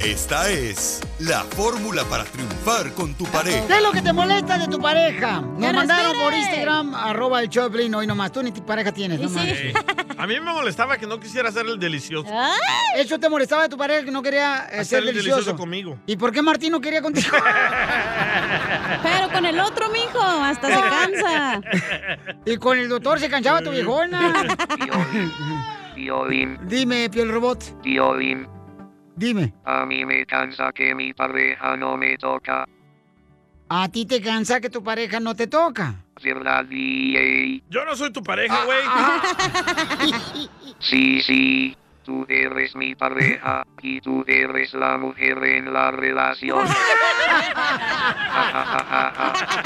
Esta es la fórmula para triunfar con tu ¿Qué pareja. es lo que te molesta de tu pareja? Nos ¡Que mandaron respire! por Instagram, arroba el Choplin, hoy nomás. Tú ni tu pareja tienes, no más. Eh, a mí me molestaba que no quisiera hacer el delicioso. Ah. Eso te molestaba de tu pareja que no quería eh, Hacer ser el delicioso. delicioso conmigo. ¿Y por qué Martín no quería contigo? Pero con el otro, mijo, hasta se cansa. Y con el doctor se cansaba tu viejona. Violín, Dime, piel robot. violín. Dime. A mí me cansa que mi pareja no me toca. ¿A ti te cansa que tu pareja no te toca? ¿Verdad, DJ? Yo no soy tu pareja, güey. Ah, Sí, sí. Tú eres mi pareja y tú eres la mujer en la relación.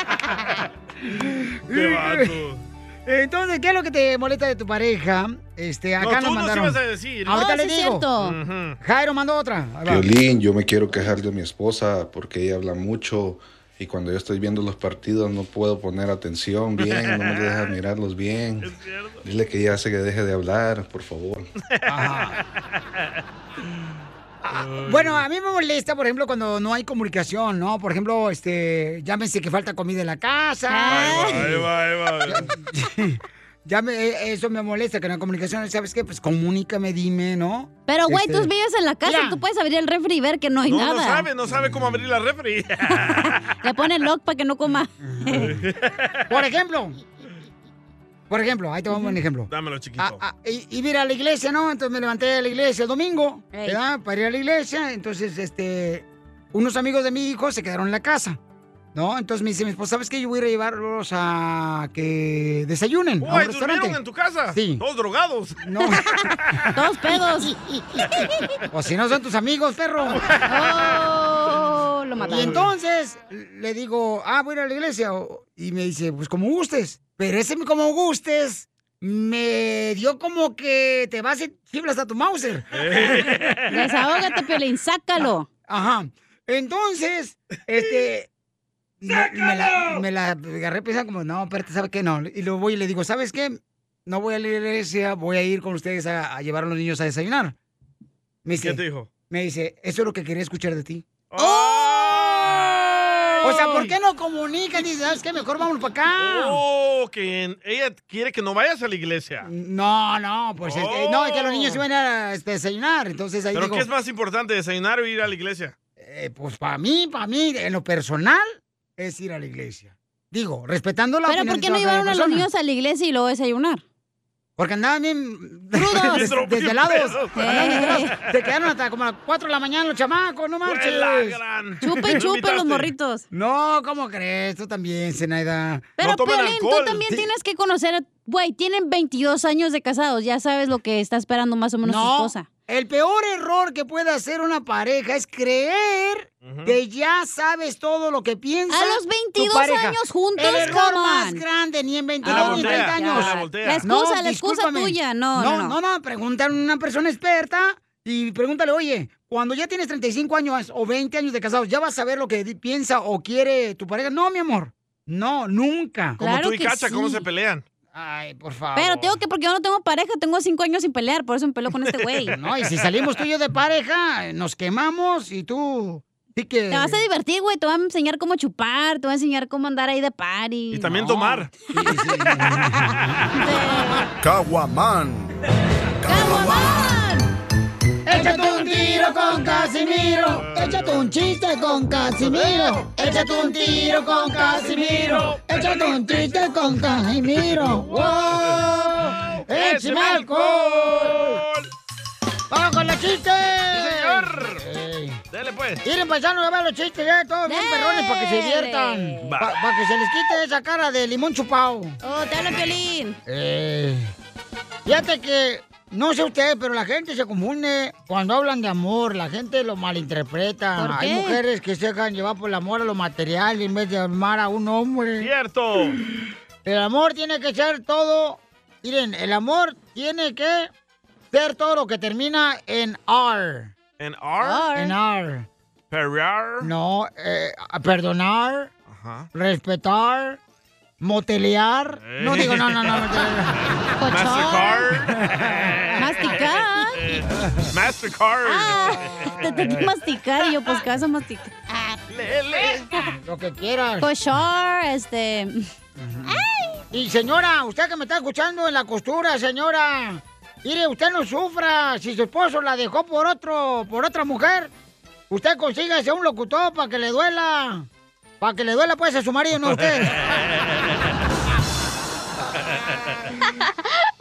Qué vato. Entonces, ¿qué es lo que te molesta de tu pareja? Este, No, acá tú nos nos mandaron. ibas a decir. No, Ahorita sí le es digo. cierto. Jairo mandó otra. Ahí va. Violín, yo me quiero quejar de mi esposa porque ella habla mucho y cuando yo estoy viendo los partidos no puedo poner atención bien, no me deja mirarlos bien. Dile que ya hace que deje de hablar, por favor. Bueno, a mí me molesta, por ejemplo, cuando no hay comunicación, ¿no? Por ejemplo, este, llámese que falta comida en la casa. Ahí va, ahí va, ahí va. Ya me- eh, eso me molesta, que no hay comunicación. ¿Sabes qué? Pues comunícame, dime, ¿no? Pero, güey, Este, tú vives en la casa, mira. tú puedes abrir el refri y ver que no hay No, nada. no sabe, no sabe cómo abrir la refri. Le pone lock para que no coma. Por ejemplo. Por ejemplo, ahí te vamos un ejemplo. Dámelo, chiquito. Ah, ah, y, y mira, a la iglesia, ¿no? Entonces me levanté a la iglesia el domingo, Ey. ¿verdad? Para ir a la iglesia. Entonces, este, unos amigos de mi hijo se quedaron en la casa, ¿no? Entonces me dice mi esposa, ¿sabes qué? Yo voy a ir a llevarlos a que desayunen a un Uy, restaurante. ¿durmieron en tu casa? Sí. Todos drogados. No, Todos pedos. o Pues si no son tus amigos, perro. Oh, lo Y mataron. entonces le digo, ah, voy a ir a la iglesia. o- Y me dice, pues como gustes. Pero ese como gustes me dio como que te vas y fibras a tu Mauser. Desahógate, Pues, Piolín, sácalo. Ajá. Entonces, este. Me, me la, me la agarré pensando como, no, espérate, ¿sabes qué? No. Y luego voy y le digo, ¿sabes qué? No voy a la iglesia, voy a ir con ustedes a, a llevar a los niños a desayunar. Me ¿Qué te dice, dijo? me dice, eso es lo que quería escuchar de ti. ¡Oh! O sea, ¿por qué no comunicas? Dice, ¿sabes qué? Mejor vamos para acá. Oh, que en- ella quiere que no vayas a la iglesia. Mm, No, no, pues este, no, es que los niños iban a este, desayunar. Entonces ahí ¿Pero digo, qué es más importante, desayunar o ir a la iglesia? eh, pues para mí, para mí, en lo personal, es ir a la iglesia. Digo, respetando la Pero opinión ¿por de qué no toda cada llevaron a los persona. niños a la iglesia y luego desayunar? Porque andaban bien Crudos. des- Bien desvelados. pedos. Andaban desvelados. Se quedaron hasta como a las 4 de la mañana los chamacos, no Fue la marches. gran. Chupa y No chupa los invitaste. morritos. No, ¿cómo crees? Tú también, Zenaida. Pero, No tomen Piolín, alcohol. tú también Sí. tienes que conocer a... Güey, tienen 22 años de casados. Ya sabes lo que está esperando más o menos su No, esposa. el peor error que puede hacer una pareja es creer que ya sabes todo lo que piensa A los tu 22 pareja. años juntos, El error come más on. grande, ni en Te la 22 ni en voltea, 30 te años. la voltea. La excusa, No, la excusa discúlpame. tuya. No, no, No, no, no, pregúntale a una persona experta y pregúntale, oye, cuando ya tienes 35 años o 20 años de casados, ¿ya vas a saber lo que di- piensa o quiere tu pareja? No, mi amor. No, nunca. Como Claro tú y que Cacha, ¿cómo sí. se pelean? Ay, por favor. Pero tengo que, porque yo no tengo pareja, tengo cinco años sin pelear, por eso me peleo con este güey. No, y si salimos tú y yo de pareja, eh, nos quemamos y tú... Sí que... Te vas a divertir, güey, te voy a enseñar cómo chupar, te voy a enseñar cómo andar ahí de party. Y también no. tomar. Sí, sí. Caguaman. ¡Caguamán! Échate un tiro con Casimiro. Échate un chiste con Casimiro. Échate un tiro con Casimiro. Échate un chiste con Casimiro. ¡Wow! ¡Échame alcohol! ¡Vamos con los chistes! ¡Sí, señor! Eh, Dele, pues. Miren, paisano, le van los chistes ya, todos bien Dale. perrones para que se diviertan. Va. Para que se les quite esa cara de limón chupado. Oh, te hablo, Piolín. Eh, fíjate que, no sé ustedes, pero la gente se confunde cuando hablan de amor. La gente lo malinterpreta. ¿Por Hay qué? mujeres que se dejan llevar por el amor a lo material en vez de amar a un hombre. Cierto. El amor tiene que ser todo. Miren, el amor tiene que ser todo lo que termina en R. En R. En R. Perrar. No, eh, a perdonar, Ajá. respetar, motelear. No digo, no, no, no. motelear. Cochón. Mastercard. Ah. Masticar. eh, Mastercard. Ah, te tengo que eh, masticar. Y yo, pues, ¿qué vas a masticar? Lele. Lo que quieras. Cochar, este... Y señora, usted que me está escuchando en la costura, señora. Mire, usted no sufra. Si su esposo la dejó por otro, por otra mujer, usted consígase un locutor para que le duela. Para que le duela pues a su marido, no a usted.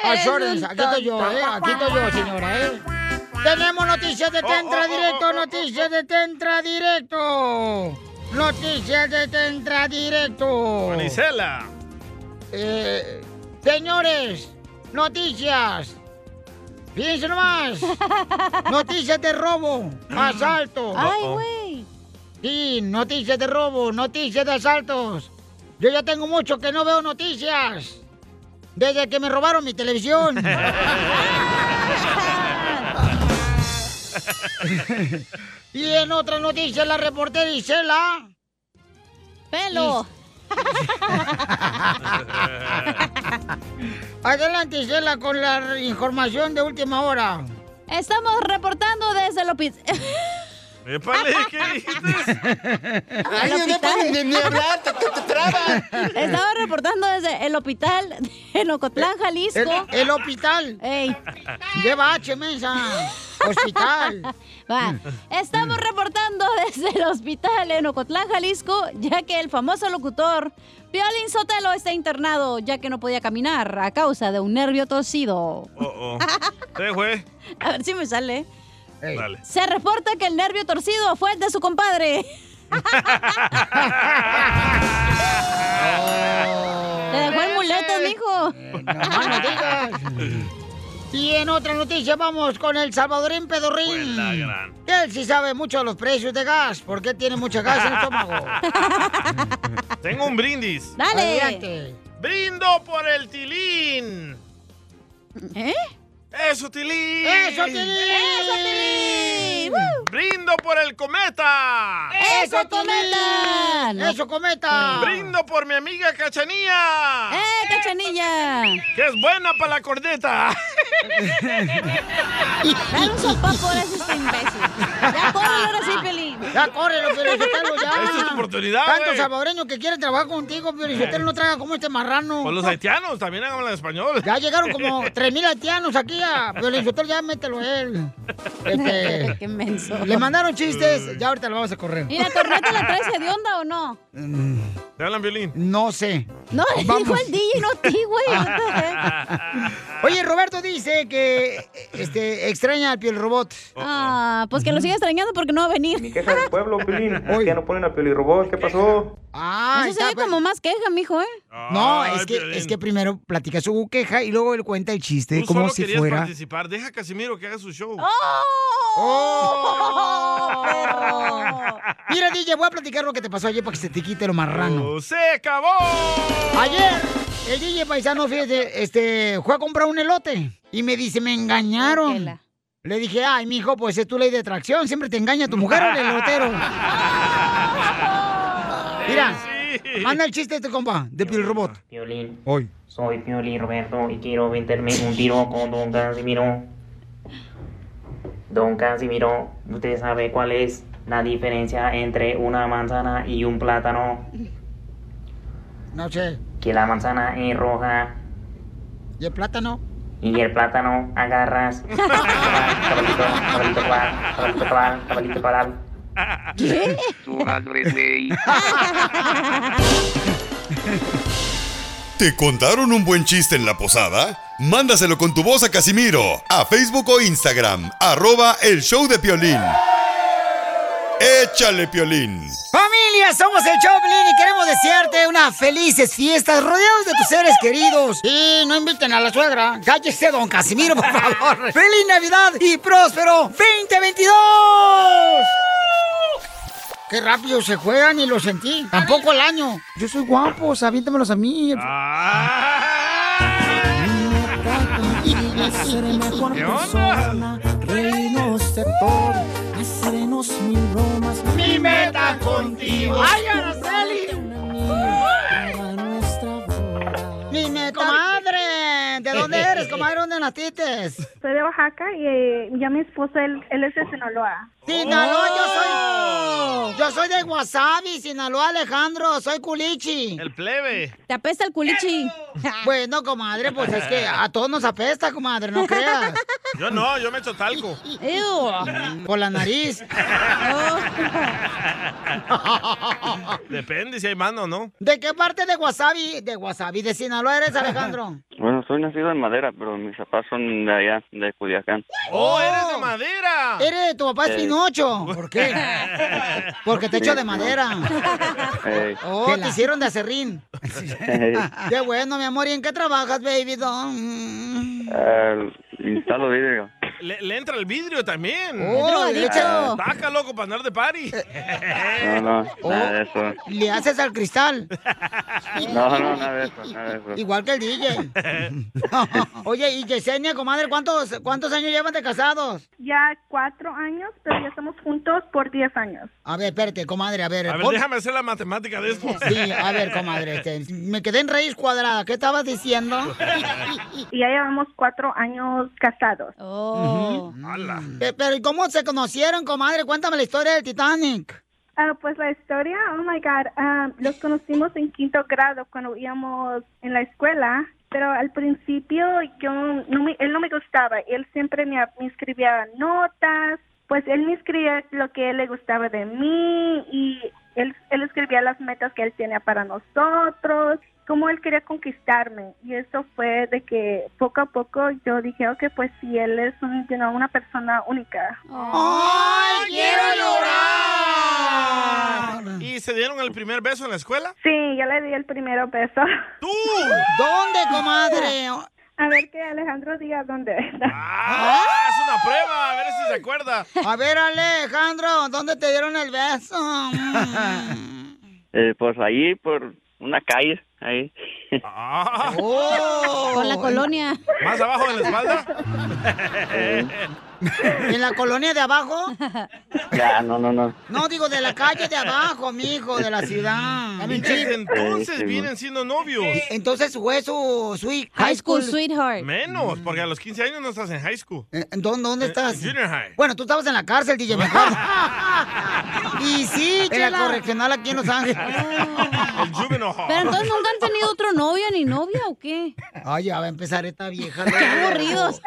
A Eres órdenes, un aquí estoy yo, eh, aquí estoy yo, señora, eh. Tenemos noticias de Tentra Directo, noticias de Tentra Directo. Noticias de Tentra Directo. Manicela. Eh, señores, noticias. Fíjense nomás. Noticias de robo, asalto. Mm. Ay, güey. Sí, noticias de robo, noticias de asaltos. Yo ya tengo mucho que no veo noticias. Desde que me robaron mi televisión. y en otra noticia, la reportera Isela. Pelo. Adelante, Isela, con la información de última hora. Estamos reportando desde el hopi- Épale, ¿qué dijiste? el hospital. ni hablar, te, Estamos reportando desde el hospital en Ocotlán, Eh, El, Jalisco. el hospital. Ey, Lleva H, mensa. Hospital. va. Estamos reportando desde el hospital en Ocotlán, Jalisco, ya que el famoso locutor Piolín Sotelo está internado, ya que no podía caminar a causa de un nervio torcido. Oh, oh. Sí, güey. A ver si me sale. Ey. Dale. Se reporta que el nervio torcido fue el de su compadre. Te dejó el muletas, mijo. Nomás no digas. Y en otra noticia vamos con el salvadorín Pues pedorrín. la gran. Él sí sabe mucho de los precios de gas, porque tiene mucha gas en el estómago. Tengo un brindis. Dale. Adelante. Brindo por el tilín. ¿Eh? Eso, tilín. ¡Eso, Tilín! Tilín! ¡Woo! Brindo por el cometa. ¡Eso, cometa! No. ¡Eso, cometa! Brindo por mi amiga Cachanía. ¡Eh, cachanilla! Que es buena para la corneta. Dale un sopapo a ese imbécil. Ya córrelo ahora sí, Pelín. Ya, córrelo, Piolichotelo, ya. Esta es tu oportunidad, Tanto güey. salvadoreño que quiere trabajar contigo, Piolichotelo, no traga como este marrano. Por Pues los haitianos también hablan español. Ya llegaron como 3.000 haitianos aquí a Piolichotelo, ya mételo a él. Este, Qué menso. le mandaron chistes, ya ahorita lo vamos a correr. ¿Y la corneta la traes hedionda o no? Mm. ¿Te hablan violín? No sé. No, Vamos. dijo el DJ, no ti, güey. Oye, Roberto dice que este, extraña al piel robot. Ah, pues que lo siga extrañando porque no va a venir. queja del pueblo, Pilín. Oy. Ya no ponen a Pelirrobot, ¿qué pasó? Ah, Eso se está, ve pues- como más queja, mijo, ¿eh? No, Ay, es, que, Piolín. es que primero platica su queja y luego él cuenta el chiste Tú como solo si querías fuera. participar. Deja a Casimiro que haga su show. ¡Oh! Mira, DJ, voy a platicar lo que te pasó ayer para que se te quite lo marrano. Oh, ¡Se acabó! Ayer, el DJ paisano, fíjate, este, fue a comprar un elote y me dice, me engañaron. Ángela. Le dije, ay, mijo, pues es tu ley de atracción, siempre te engaña tu mujer o el elotero. Mira, Sí. manda el chiste este compa, de piel robot. Piolín, Hoy. soy Piolín Roberto y quiero meterme un tiro con Don Casimiro. Don Casimiro, ¿usted sabe cuál es la diferencia entre una manzana y un plátano? No sé, Que la manzana es roja ¿y el plátano? y el plátano agarras. Cabalito, cabalito, cabal, cabalito, cabal, cabalito, cabal. Tu madre ley. ¿Te contaron un buen chiste en la posada? Mándaselo con tu voz a Casimiro, a Facebook o Instagram, arroba el show de Piolín. Échale, Piolín. Familia, somos el Choplin y queremos desearte unas felices fiestas rodeados de tus seres queridos. Y no inviten a la suegra. Cállese, don Casimiro, por favor. ¡Feliz Navidad y próspero 2022! Qué rápido se juegan y lo sentí. Tampoco el año. Yo soy guapo, o sea, aviéntamelos a mí. Ah. ¿Qué onda? Mi meta contigo. ¡Ay, Araceli! Mi meta. Comadre, ¿de dónde eres, comadre? ¿Dónde naciste? Soy de Oaxaca y eh, ya mi esposo, él, él es de Sinaloa. Sinaloa, yo soy. Yo soy de Wasabi, Sinaloa, Alejandro. Soy culichi. El plebe. ¿Te apesta el culichi? Bueno, comadre, pues es que a todos nos apesta, comadre, no creas. Yo no, yo me echo talco. Por la nariz. Depende si hay mano o no. ¿De qué parte de Wasabi, de Wasabi, de Sinaloa eres, Alejandro? Bueno, soy nacido en Madera, pero mis papás son de allá, de Culiacán. ¡Oh, eres de madera! Eres, tu papá es Eh. Pinocho. ¿Por qué? Porque te echo de madera. Ey. Oh, te hicieron de acerrín. Ey. Qué bueno, mi amor. ¿Y en qué trabajas, baby? don? Ah, instalo vidrio. Le, le entra el vidrio también. Oh, Eh, Drogadicto. Taca, loco, para andar de party. No, no, nada de eso. Le haces al cristal, No, no, nada de eso, nada de eso. ¡Oh! igual que el DJ. Eh, Oye, y Yesenia, comadre, ¿cuántos, cuántos años llevan de casados? Ya cuatro años, pero ya estamos juntos por diez años. A ver, espérate, comadre, a ver. A ver, pon- déjame hacer la matemática de esto. Pues Sí, a ver, comadre, este, me quedé en raíz cuadrada. ¿Qué estabas diciendo? Y ya llevamos cuatro años casados. Oh. ¡Hala! Eh, Pero, ¿y cómo se conocieron, comadre? Cuéntame la historia del Titanic. Ah, pues la historia, oh my God, ah, los conocimos en quinto grado cuando íbamos en la escuela, pero al principio yo no me- él no me gustaba, él siempre me, me escribía notas, pues él me escribía lo que él le gustaba de mí y él, él escribía las metas que él tenía para nosotros, cómo él quería conquistarme y eso fue de que poco a poco yo dije, ok, pues si él es un- you know, una persona única. Oh. ¡Ay, quiero llorar! ¿Y se dieron el primer beso en la escuela? Sí, yo le di el primero beso. ¡Tú! ¿Dónde, comadre? A ver que Alejandro diga dónde es. ¡Ah! ¡Es una prueba! A ver si se acuerda. A ver, Alejandro, ¿dónde te dieron el beso? Mm. Eh, pues ahí, por una calle, ahí. Ah, Oh. Con la colonia. ¿Más abajo de la espalda? ¿En la colonia de abajo? Ya, no, no, no. No, digo, de la calle de abajo, mijo, de la ciudad. Desde Ah, entonces Sí, sí. vienen siendo novios. Entonces fue su, su hi- High School Sweetheart. Menos, porque a los 15 años no estás en high school. Eh, ¿Dónde, dónde estás? Junior high. Bueno, tú estabas en la cárcel, DJ, me acuerdo. Y sí, En la correccional aquí en Los Ángeles. El juvenile hall. Pero entonces nunca han tenido otro novio ni novia o qué? Ay, ya va a empezar esta vieja. Qué aburridos.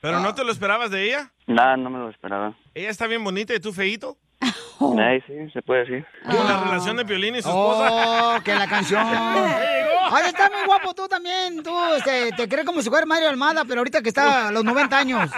¿Pero no te lo esperabas de ella? Nada, no me lo esperaba. ¿Ella está bien bonita y tú feíto? Ahí sí, se puede decir. Con la relación de Piolín y su esposa. Ah. Oh, que la canción. Ay, está muy guapo tú también. Tú este, te crees como si fuera Mario Almada, pero ahorita que está a los 90 años.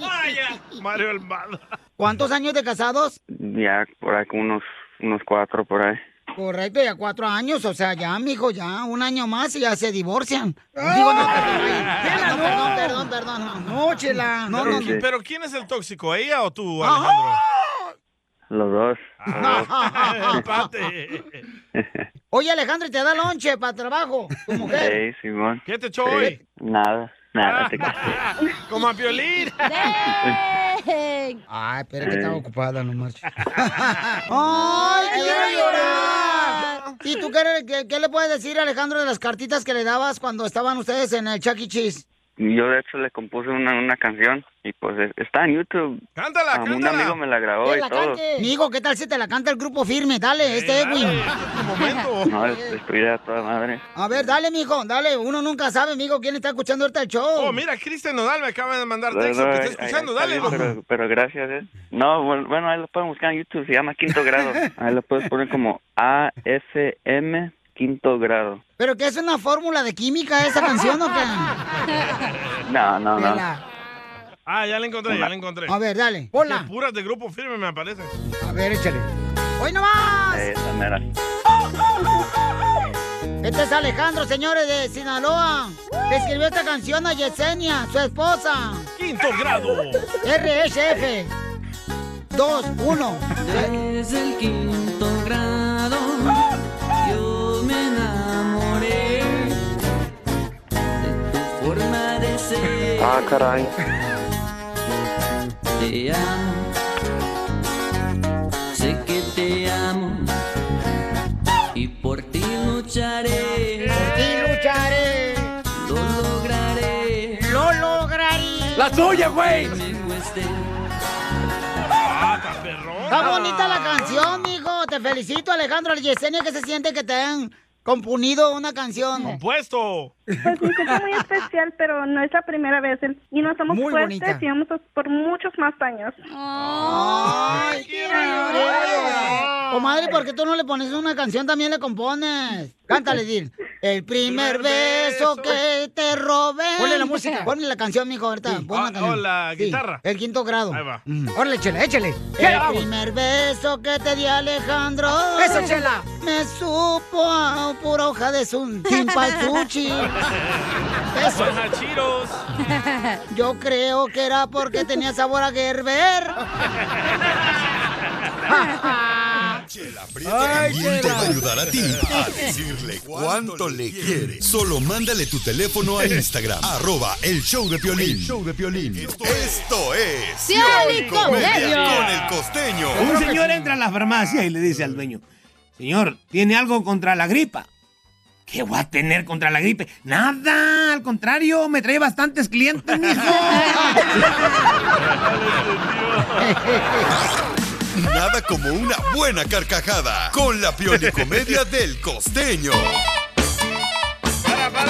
Vaya, Mario Almada. ¿Cuántos años de casados? Ya, por ahí, como unos, unos cuatro, por ahí. Correcto, ya cuatro años, o sea, ya, mijo, ya un año más y ya se divorcian. Digo, no, perdón, ay, ay, no, perdón, perdón, perdón, no, no, chela, no, no, Pero, Sí, sí. pero ¿quién es el tóxico? ¿Ella o tú, Alejandro? Los dos. Ah, no. Empate. Oye, Alejandro, ¿y te da lonche para trabajo? Tu mujer. Ey, Simón. ¿Qué te echó hoy? Nada, nada. te creas. Como a Piolín. ¡Dang! Ay, espera que Ey. estaba ocupada, no marcha. ¡Ay, quiero llorar! ¿Y tú qué, qué- qué le puedes decir, Alejandro, de las cartitas que le dabas cuando estaban ustedes en el Chuck E. Cheese? Yo, de hecho, le compuse una, una canción y pues es- está en YouTube. Cántala, Ah, un cántala. amigo me la grabó y todo. Mijo, ¿qué tal si te la canta el grupo firme? Dale, este Ey, Edwin. dale, tu momento. No, es- estoy a toda madre. A ver, dale, mijo, dale. Uno nunca sabe, mijo, quién está escuchando ahorita el show. Oh, mira, Cristian Nodal me acaba de mandar No, texto. no, Te ahí- está escuchando, ahí está dale. bien, pero, pero gracias, eh. No, bueno, bueno, ahí lo pueden buscar en YouTube, se llama Quinto Grado. Ahí lo puedes poner como ASM Quinto Grado. ¿Pero qué es una fórmula de química esa canción o qué? No, no, no. Vela. Ah, ya la encontré, ya la encontré. A ver, dale, Las ponla. puras de grupo firme me aparecen. A ver, échale. ¡Hoy nomás! Eh, Esa mera. Este es Alejandro, señores de Sinaloa. Le escribió esta canción a Yesenia, su esposa. Quinto grado. RSF 2-1. Desde el quinto grado yo me enamoré de tu forma de ser. Ah, caray. Te amo, sé que te amo y por ti lucharé, Y lucharé, lo lograré. lo ¡La tuya, güey! este Ah, Está bonita la canción, mijo. Te felicito, Alejandro al Yesenia, que se siente que te hayan componido una canción. Compuesto. Pues me siento muy especial, pero no es la primera vez. Y nos somos Muy fuertes bonita. y vamos por muchos más años. Ay, Comadre, ¿por qué tú no le pones una canción? También le compones. Cántale, Dil. El primer beso que te robé. Ponle la música. Ponle la canción, mijo, ahorita. Pon la canción. oh, la Sí, guitarra. el quinto grado. Ahí va. Órale, chela, échale. ¿Qué El hago? primer beso que te di, Alejandro. Eso, chela. Me supo a pura hoja de sun, sin paltuchi. Eso. Guanachiros. Yo creo que era porque tenía sabor a Gerber. Chela Prieto también te va a ayudar a ti a decirle cuánto le quiere. Solo mándale tu teléfono a Instagram, arroba el show de Piolín. show de Piolín. Esto es... ¡Pioli Comedia Comedia! con el costeño. Un señor entra a la farmacia y le dice al dueño, señor, ¿tiene algo contra la gripa? ¿Qué voy a tener contra la gripe? Nada, al contrario, me trae bastantes clientes, mijo. Nada como una buena carcajada con la piolicomedia del costeño.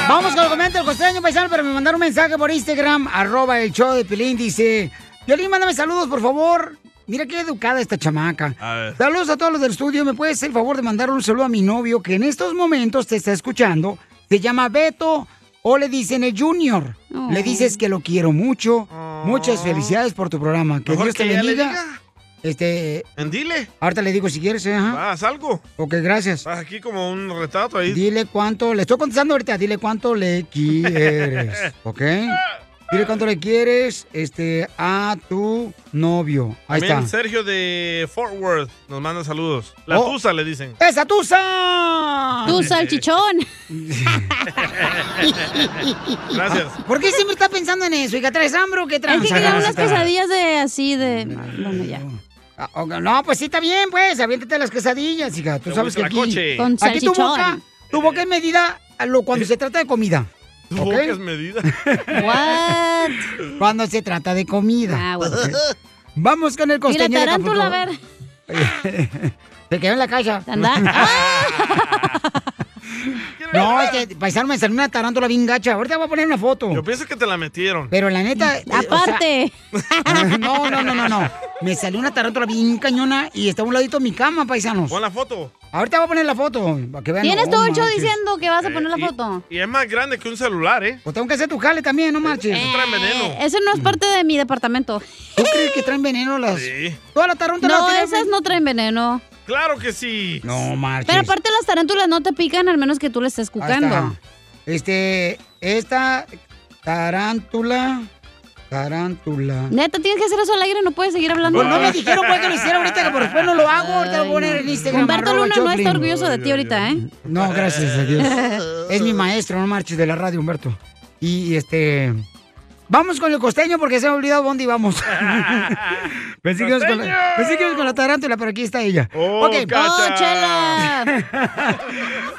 Vamos con el comentario del costeño, paisano, pero me mandaron un mensaje por Instagram, arroba el show de Pilín, dice, Violín, mándame saludos, por favor. Mira qué educada esta chamaca. A ver. Saludos a todos los del estudio. ¿Me puedes hacer el favor de mandar un saludo a mi novio que en estos momentos te está escuchando? Se llama Beto o le dicen el Junior. Le dices que lo quiero mucho. Muchas felicidades por tu programa. Que Mejor Dios te que ya le bendiga. diga. Este... Dile. Ahorita le digo si quieres, ¿eh? Ajá. Haz algo. Ok, gracias. Haz aquí como un retrato ahí. Dile cuánto, le estoy contestando ahorita, dile cuánto le quieres, ¿ok? Dile cuánto le quieres este, a tu novio. Ahí También está. Sergio de Fort Worth nos manda saludos. La Oh. Tusa le dicen. ¡Esa tusa! Tu salchichón. Gracias. ¿Por qué siempre está pensando en eso? ¿Y que traes hambre o qué traes? Es que quedan unas pesadillas de así de. Bueno, ya. Ah, ok, No, pues sí, está bien, pues. Aviéntate las quesadillas, hija. Tú Me sabes que gusta la aquí, coche. Con aquí tu salchichón. boca, tu boca es medida a lo, cuando se trata de comida. Eh. Tu ¿ok? boca es medida. What? Cuando se trata de comida. Ah, bueno. Ok. Vamos con el Y la costeño de tarántula, a Acapulco. ver. Se quedó en la casa. Ah. no, es que paisano me salió una tarántula bien gacha. Ahorita voy a poner una foto. Yo pienso que te la metieron. Pero la neta. eh, o sea- Aparte. no, no, no, no, no. Me salió una tarántula bien cañona y está a un ladito de mi cama, paisanos. Pon la foto. Ahorita voy a poner la foto. Para que vean. Tienes No todo el show manches. diciendo que vas a Eh, poner la y- foto. Y es más grande que un celular, ¿eh? Pues tengo que hacer tu jale también, no marches. Eso trae veneno. Eh, Eso no es parte de mi departamento. ¿Tú crees que traen veneno las.? Todas las tarántulas No, tienen esas no traen veneno. Claro que sí. No marches. Pero aparte las tarántulas no te pican al menos que tú le estés Ahí está. cucando. Este, esta tarántula, tarántula. Neta, tienes que hacer eso al aire, no puedes seguir hablando. Pues no me dijeron pues, que lo hiciera ahorita, que por después no lo hago, ahorita lo voy a poner en Instagram, Humberto arroba Luna no Choplin. está orgulloso de ti ahorita, ¿eh? No, gracias a Dios. Es mi maestro, no marches, de la radio, Humberto. Y este, vamos con el costeño porque se me ha olvidado dónde íbamos. pensé, que íbamos con la, pensé que íbamos con la tarántula, pero aquí está ella. Oh, Ok. Cacha.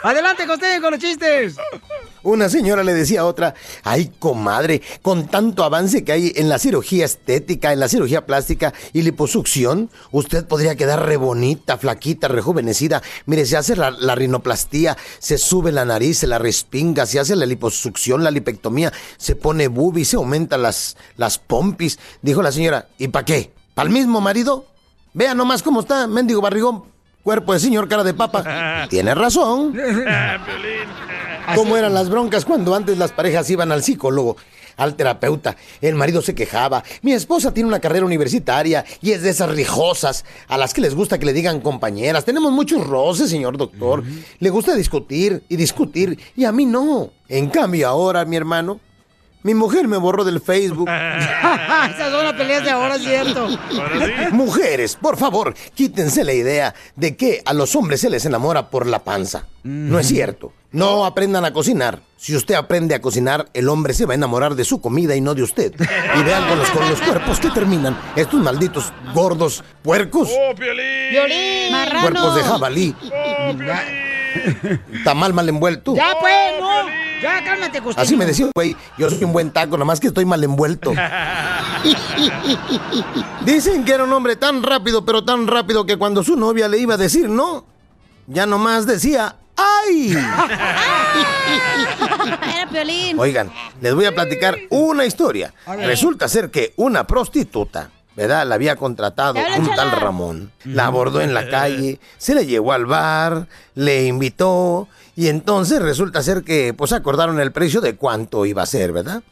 Oh, Adelante, costeño, con los chistes. Una señora le decía a otra, ay comadre, con tanto avance que hay en la cirugía estética, en la cirugía plástica y liposucción, usted podría quedar re bonita, flaquita, rejuvenecida. Mire, se hace la, la rinoplastía, se sube la nariz, se la respinga, se hace la liposucción, la lipectomía, se pone bubi, se aumentan las, las pompis. Dijo la señora, ¿y para qué? ¿Para el mismo marido? Vea nomás cómo está, mendigo barrigón, cuerpo de señor cara de papa. Tiene razón. ¿Cómo eran las broncas cuando antes las parejas iban al psicólogo, al terapeuta? El marido se quejaba. Mi esposa tiene una carrera universitaria y es de esas rijosas a las que les gusta que le digan compañeras. Tenemos muchos roces, señor doctor. Le gusta discutir y discutir y a mí no. En cambio ahora, mi hermano, mi mujer me borró del Facebook. Esas son las peleas de ahora, cierto. Mujeres, por favor, quítense la idea de que a los hombres se les enamora por la panza. Mm. No es cierto. No aprendan a cocinar. Si usted aprende a cocinar, el hombre se va a enamorar de su comida y no de usted. Y vean con los, con los cuerpos que terminan estos malditos gordos puercos, Violín. cuerpos de jabalí, tamal mal envuelto. Ya pues, no. Ya, cálmate, costeño. Así me decía, un güey, yo soy un buen taco, nomás que estoy mal envuelto. Dicen que era un hombre tan rápido, pero tan rápido que cuando su novia le iba a decir no, ya nomás decía, ¡ay! Era Piolín. Oigan, les voy a platicar una historia. ver. Resulta ser que una prostituta, ¿verdad? La había contratado Habla, un tal chala. Ramón. La abordó en la calle, se la llevó al bar, le invitó. Y entonces resulta ser que, pues, acordaron el precio de cuánto iba a ser, ¿verdad?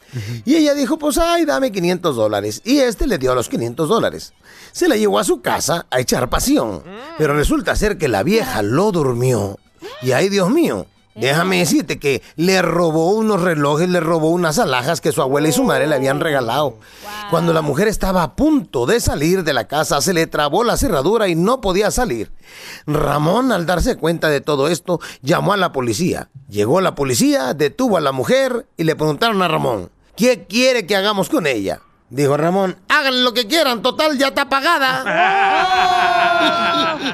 Y ella dijo, pues, ay, dame 500 dólares. Y este le dio los 500 dólares. Se la llevó a su casa a echar pasión. Pero resulta ser que la vieja lo durmió. Y ay, Dios mío, Déjame decirte que le robó unos relojes, le robó unas alhajas que su abuela y su madre le habían regalado. Cuando la mujer estaba a punto de salir de la casa, se le trabó la cerradura y no podía salir. Ramón, al darse cuenta de todo esto, llamó a la policía. Llegó la policía, detuvo a la mujer y le preguntaron a Ramón, ¿qué quiere que hagamos con ella? Dijo Ramón, hagan lo que quieran, total, ya está pagada.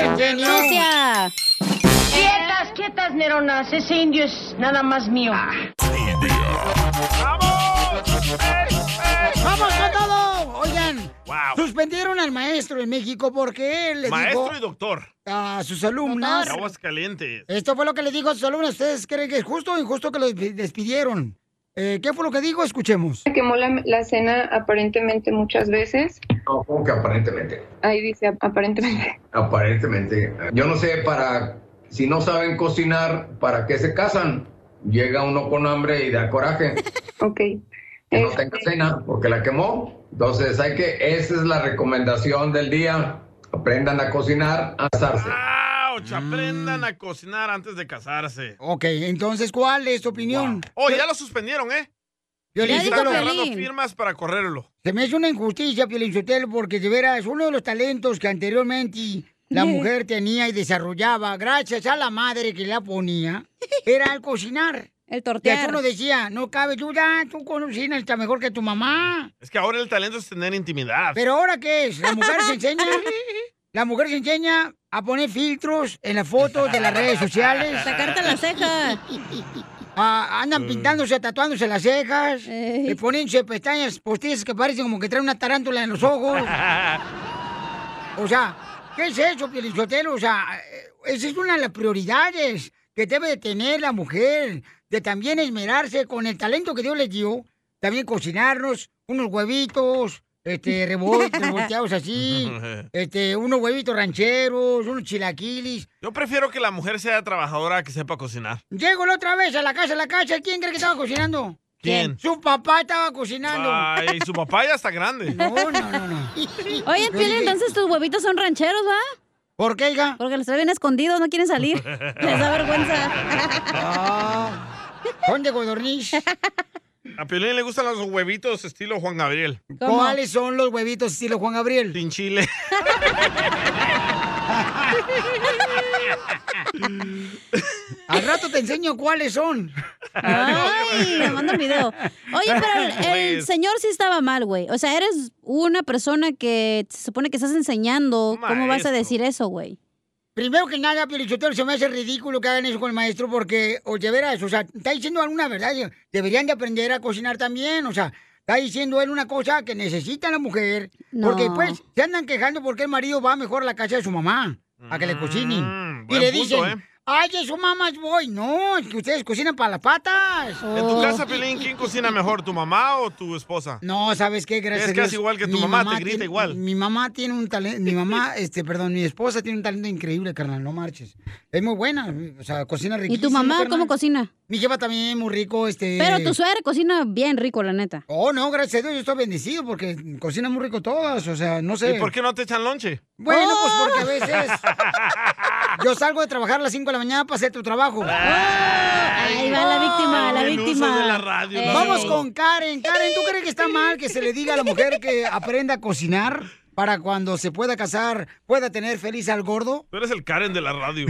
¡Sucia! Quietas, quietas, neronas. Ese indio es nada más mío. Ah, ¡Vamos con todo! Oigan, suspendieron al maestro en México porque él le Maestro y dijo doctor. a sus alumnas... Aguas calientes. Esto fue lo que le dijo a sus alumnas. ¿Ustedes creen que es justo o injusto que los despi- despidieron? Eh, ¿Qué fue lo que dijo? Escuchemos. Quemó la, la cena aparentemente muchas veces. No, como que aparentemente. Ahí dice ap- aparentemente. Aparentemente. eh, Yo no sé para. Si no saben cocinar, ¿para qué se casan? Llega uno con hambre y da coraje. Ok. Que no tenga cena porque la quemó. Entonces, hay que. Esa es la recomendación del día. Aprendan a cocinar, a asarse. Mm. Ouch, aprendan a cocinar antes de casarse. Ok, entonces, ¿cuál es tu opinión? Oh, ya lo suspendieron, ¿eh? Piolín, Están Sotelo. agarrando firmas para correrlo. Se me hace una injusticia, Piolín Sotelo, porque de veras, uno de los talentos que anteriormente la mujer tenía y desarrollaba, gracias a la madre que la ponía, era el cocinar. El Y así uno decía, no cabe duda, tú cocinas está mejor que tu mamá. Es que ahora el talento es tener intimidad. Pero ahora qué es, la mujer se enseña, la mujer se enseña a poner filtros en las fotos de las redes sociales. Sacarte la ceja. Ah, andan pintándose, tatuándose las cejas, y poniéndose pestañas postizas que parecen como que traen una tarántula en los ojos. O sea, ¿qué es eso, Pielichotelo? O sea, eh, esa es una de las prioridades que debe de tener la mujer, de también esmerarse con el talento que Dios les dio, también cocinarnos unos huevitos, este, revol- revolteados así, este, unos huevitos rancheros, unos chilaquilis. Yo prefiero que la mujer sea trabajadora que sepa cocinar. Llego la otra vez a la casa, a la casa, ¿quién cree que estaba cocinando? ¿Quién? Su papá estaba cocinando. Ay, su papá ya está grande. No, no, no, no. Oye, Piolín, entonces tus huevitos son rancheros, ¿va? ¿Por qué, hija? Porque los traen escondidos, no quieren salir. Les da vergüenza. Son de codorniz. A Piolín le gustan los huevitos estilo Juan Gabriel. ¿Cuáles son los huevitos estilo Juan Gabriel? Sin chile. Al rato te enseño cuáles son. Ay, me manda un video. Oye, pero el, el Pues. señor sí estaba mal, güey. O sea, eres una persona que se supone que estás enseñando. ¿Cómo vas a Maestro. decir eso, güey? Primero que nada, Pielichotero, se me hace ridículo que hagan eso con el maestro porque, o de veras, o sea, está diciendo alguna verdad. Deberían de aprender a cocinar también, o sea, está diciendo él una cosa que necesita la mujer. No. Porque pues se andan quejando porque el marido va mejor a la casa de su mamá a que le cocinen. y buen le punto, dicen, ¿eh? ay, eso mamá voy. No, es que ustedes cocinan para las patas. Oh. En tu casa, Piolín, ¿quién cocina mejor, tu mamá o tu esposa? No, ¿sabes qué? Gracias Es a casi Dios, igual que tu mi mamá, te grita tiene- igual. Mi mamá tiene un talento, mi mamá, este, perdón, mi esposa tiene un talento increíble, carnal, no marches. Es muy buena, o sea, cocina ¿Y riquísimo. tu mamá carnal. cómo cocina? Mi jefa también, muy rico, este... Pero tu suegra cocina bien rico, la neta. Oh, no, gracias a Dios, yo estoy bendecido porque cocina muy rico todas, o sea, no sé. ¿Y por qué no te echan lonche? ¡Ah! Bueno, pues porque a veces yo salgo de trabajar a las 5 de la mañana para hacer tu trabajo. ¡Ah! Ahí va la víctima, la Ay, víctima. de la radio, Eh. Vamos con Karen. Karen, ¿tú crees que está mal que se le diga a la mujer que aprenda a cocinar para cuando se pueda casar, pueda tener feliz al gordo? Tú eres el Karen de la radio.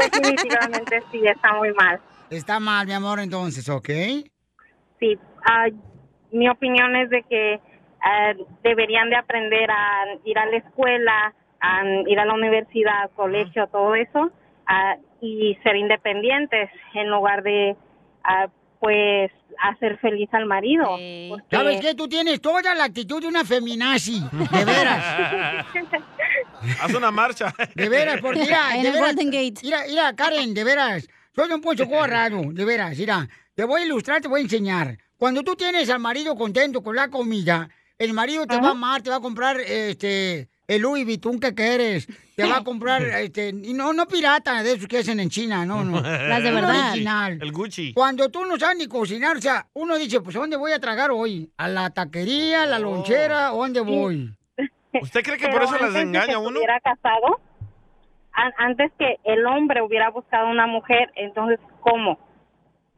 Definitivamente sí, está muy mal. Está mal, mi amor, entonces, ¿ok? Sí, ah, mi opinión es de que ah, deberían de aprender a ir a la escuela, a ir a la universidad, colegio, todo eso, ah, y ser independientes en lugar de, ah, pues, hacer feliz al marido. porque- ¿Sabes qué? Tú tienes toda la actitud de una feminazi, de veras. Haz una marcha. De veras, porque mira, En de el veras, Golden Mira, mira, Karen, de veras. Soy un poncho corrado, de veras, mira. Te voy a ilustrar, te voy a enseñar. Cuando tú tienes al marido contento con la comida, el marido te va a amar, te va a comprar este el Louis Vuitton que quieres, te va a comprar este y no no pirata de esos que hacen en China, no, no. Las Uno original. El Gucci. Cuando tú no sabes ni cocinar, o sea, uno dice, pues ¿a dónde voy a tragar hoy? ¿A la taquería, a la lonchera, ¿o dónde voy? ¿Usted cree Pero antes de que se hubiera casado, an- antes que el hombre hubiera buscado una mujer, entonces, ¿cómo?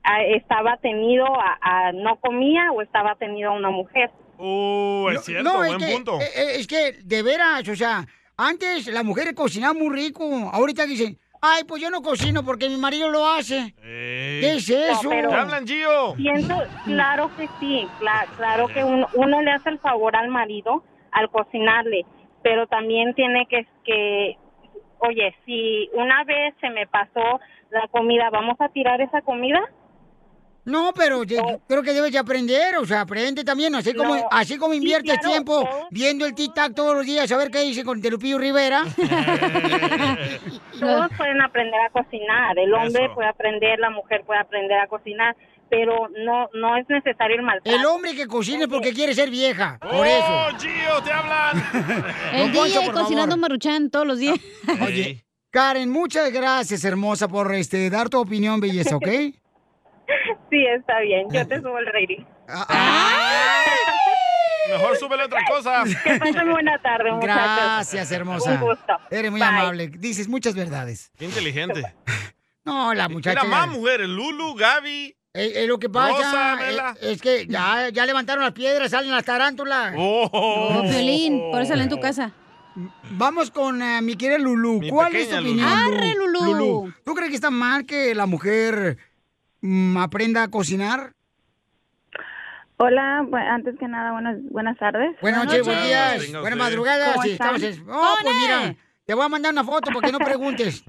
Ah, ¿Estaba tenido a, a- no comía o estaba tenido a una mujer? es No, cierto, no, buen que, punto. eh, eh, Es que, de veras, o sea, antes las mujeres cocinaban muy rico. Ahorita dicen, ay, pues yo no cocino porque mi marido lo hace. ¿Qué es eso? ¿Te hablan, Gio? Siento, claro que sí, cla- claro que uno, uno le hace el favor al marido al cocinarle, pero también tiene que, que, oye, si una vez se me pasó la comida, ¿vamos a tirar esa comida? No, pero yo- yo creo que debes de aprender, o sea, aprende también, así como, No. así como Sí, inviertes claro, tiempo todos- viendo el TikTok todos los días a ver qué dice con Telupillo Rivera. Eh, Todos pueden aprender a cocinar, el hombre puede aprender, la mujer puede aprender a cocinar, pero no no es necesario el maltrato. El hombre que cocina es porque quiere ser vieja, por ¡Oh, eso. Gio, te hablan! El Don Poncho, DJ por cocinando favor. maruchan todos los días. Oye, Karen, muchas gracias, hermosa, por este dar tu opinión, belleza, ¿ok? Sí, está bien, yo te subo el rating. Mejor súbele otra cosa. Que pasen buena tarde, muchachos. Gracias, hermosa. Un gusto. Eres muy Bye. amable. Dices muchas verdades. Qué inteligente. No, la muchacha. Mira, más mujeres. Lulu, Gaby. Eh, eh, lo que Rosa, pasa Adela. eh, es que ya, ya levantaron las piedras, salen las tarántulas. Oh, Piolín, por eso sale en tu casa. Vamos con eh, mi querida Lulú. ¿Cuál es tu pequeña Lulú. opinión? Arre, Lulú. ¿Tú crees que está mal que la mujer mm, aprenda a cocinar? Hola, bu- antes que nada, buenas, buenas tardes. Buenas noches, buenos días, buenas madrugadas. ¿Cómo Sí, están? estamos es- Oh, pues mira, te voy a mandar una foto porque no preguntes.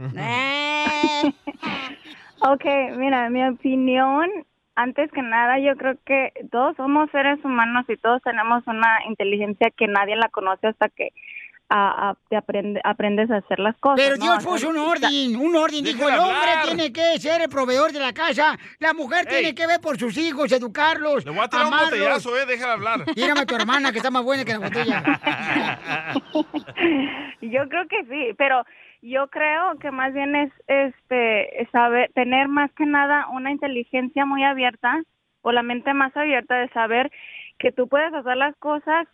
Ok, mira, mi opinión, antes que nada, yo creo que todos somos seres humanos y todos tenemos una inteligencia que nadie la conoce hasta que ah, ah, te aprende- aprendes a hacer las cosas. Pero ¿no? Dios puso un orden, un orden. Dijo, el Déjala hombre hablar. tiene que ser el proveedor de la casa, la mujer tiene que ver por sus hijos, educarlos, Le voy a tirar un amarlos. botellazo, eh. Déjala hablar. Mírame a tu hermana que está más buena que la botella. Yo creo que sí, pero yo creo que más bien es este saber tener más que nada una inteligencia muy abierta o la mente más abierta de saber que tú puedes hacer las cosas,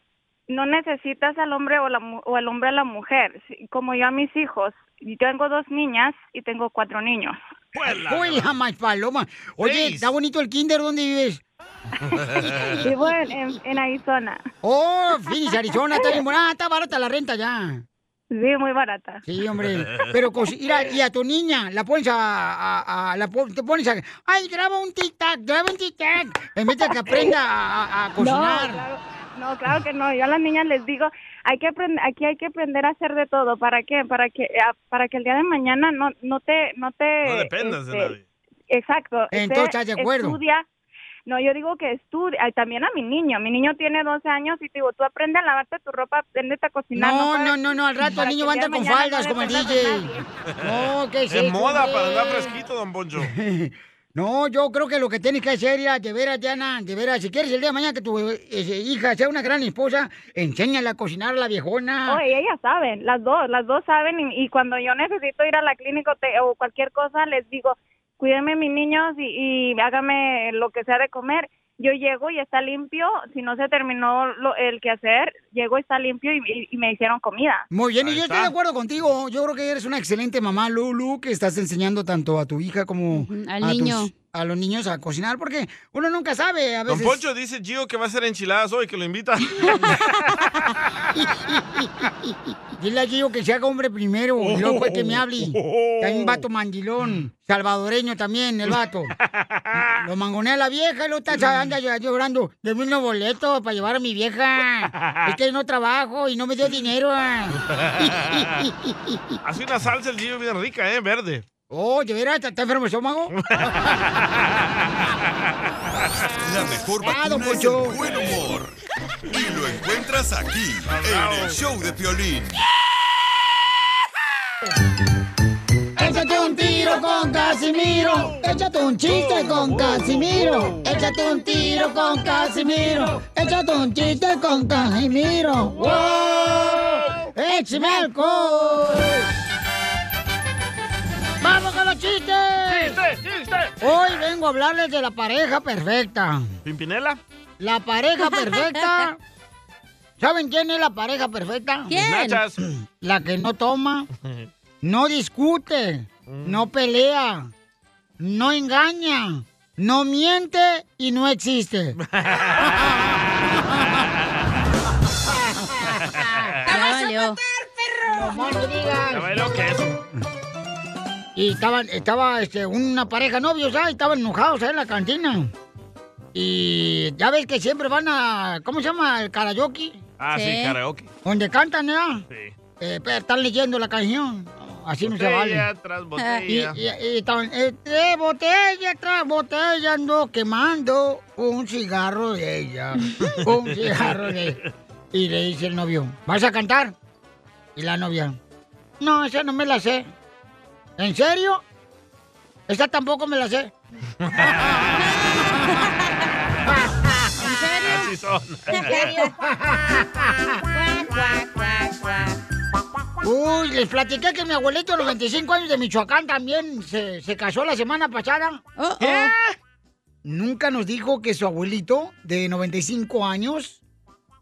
no necesitas al hombre o la mu- o al hombre a la mujer, Sí, como yo a mis hijos. Yo tengo dos niñas y tengo cuatro niños. Uy, jamás paloma. Oye, está bonito el kinder, ¿dónde vives? Vivo en, en- en Arizona. Oh, Phoenix, Arizona, está bien buena. Ah, está barata la renta ya. Sí, muy barata. Sí, hombre. Pero, cosi- mira, y a tu niña, la pones a, a- a- la pon- te pones a, ay, graba un tic-tac, graba un tic-tac, en vez de que aprenda a, a- a cocinar. No, claro, no, claro que no. Yo a las niñas les digo, hay que aprender, aquí hay que aprender a hacer de todo. ¿Para qué? Para que, a- para que el día de mañana no, no te, no te. No dependas de este, nadie. Exacto. Entonces, Este, ¿estás de acuerdo? Estudia. No, yo digo que estudia. Ay, También a mi niño. Mi niño tiene 12 años y te digo, tú aprende a lavarte tu ropa, aprende a cocinar. No, sabes- no, no, no, al rato el para niño que va a día andar de con mañana faldas no como el dependas de DJ. nadie. No, ¿qué es En eso, moda, hombre? para andar fresquito, don Boncho. No, yo creo que lo que tienes que hacer, ya, de veras, Diana, de veras, si quieres el día de mañana que tu eh, eh, hija sea una gran esposa, enséñala a cocinar a la viejona. Oye, Oh, ellas saben, las dos, las dos saben y, y cuando yo necesito ir a la clínica o te- o cualquier cosa, les digo, cuídenme mis niños y, y hágame lo que sea de comer. Yo llego y está limpio, si no se terminó lo- el quehacer, llego y está limpio y, y- y me hicieron comida. Muy bien, y yo estoy de acuerdo contigo. Yo creo que eres una excelente mamá, Lulu, que estás enseñando tanto a tu hija como al a, tus- niño. a los niños a cocinar, porque uno nunca sabe a Don veces. Poncho dice Gio que va a hacer enchiladas hoy, que lo invita. Dile a Gio que se haga hombre primero, y luego fue que me hable. Hay un vato mandilón, salvadoreño también, el vato. Lo mangonea la vieja y lo está anda llor- llorando. Deme un boleto para llevar a mi vieja. Es que no trabajo y no me dio dinero. ah. Hace una salsa el Gio bien rica, ¿eh? Verde. Oh, ¿de veras? ¿Está enfermo el estómago? La mejor Ah, don vacuna es el Poncho. buen humor. Y lo encuentras aquí, en el show de Piolín. este, Échate un tiro con Casimiro. Échate un chiste Oh. con Casimiro. Échate un tiro con Casimiro. Échate un chiste con Casimiro. ¡Wow! ¡Échame alcohol! ¡Vamos con los chistes! ¡Chiste, chiste! Hoy vengo a hablarles de la pareja perfecta. ¿Pimpinela? La pareja perfecta. ¿Saben quién es la pareja perfecta? ¿Quién? Nachas. La que no toma, no discute, no Mm. pelea, no engaña, no miente y no existe. Ya ve lo que es. Y estaban, estaba este, una pareja novios, ¿sabes? Estaban enojados ahí en la cantina. Y ya ves que siempre van a. ¿Cómo se llama? El karaoke. Ah, sí, karaoke. Donde cantan, ¿ya? Sí. Eh, pero están leyendo la canción. No, Así no se Botella vale. Ah, tras botella. Y, y- y estaban, este, botella tras botella ando quemando un cigarro de ella. un cigarro de ella. Y le dice el novio, ¿vas a cantar? Y la novia, no, esa no me la sé. ¿En serio? Esa tampoco me la sé. Así son. Uy, les platiqué que mi abuelito a los 25 años de Michoacán también se, se casó la semana pasada. Oh, Eh, ¿Qué? Ah. Nunca nos dijo que su abuelito de 95 años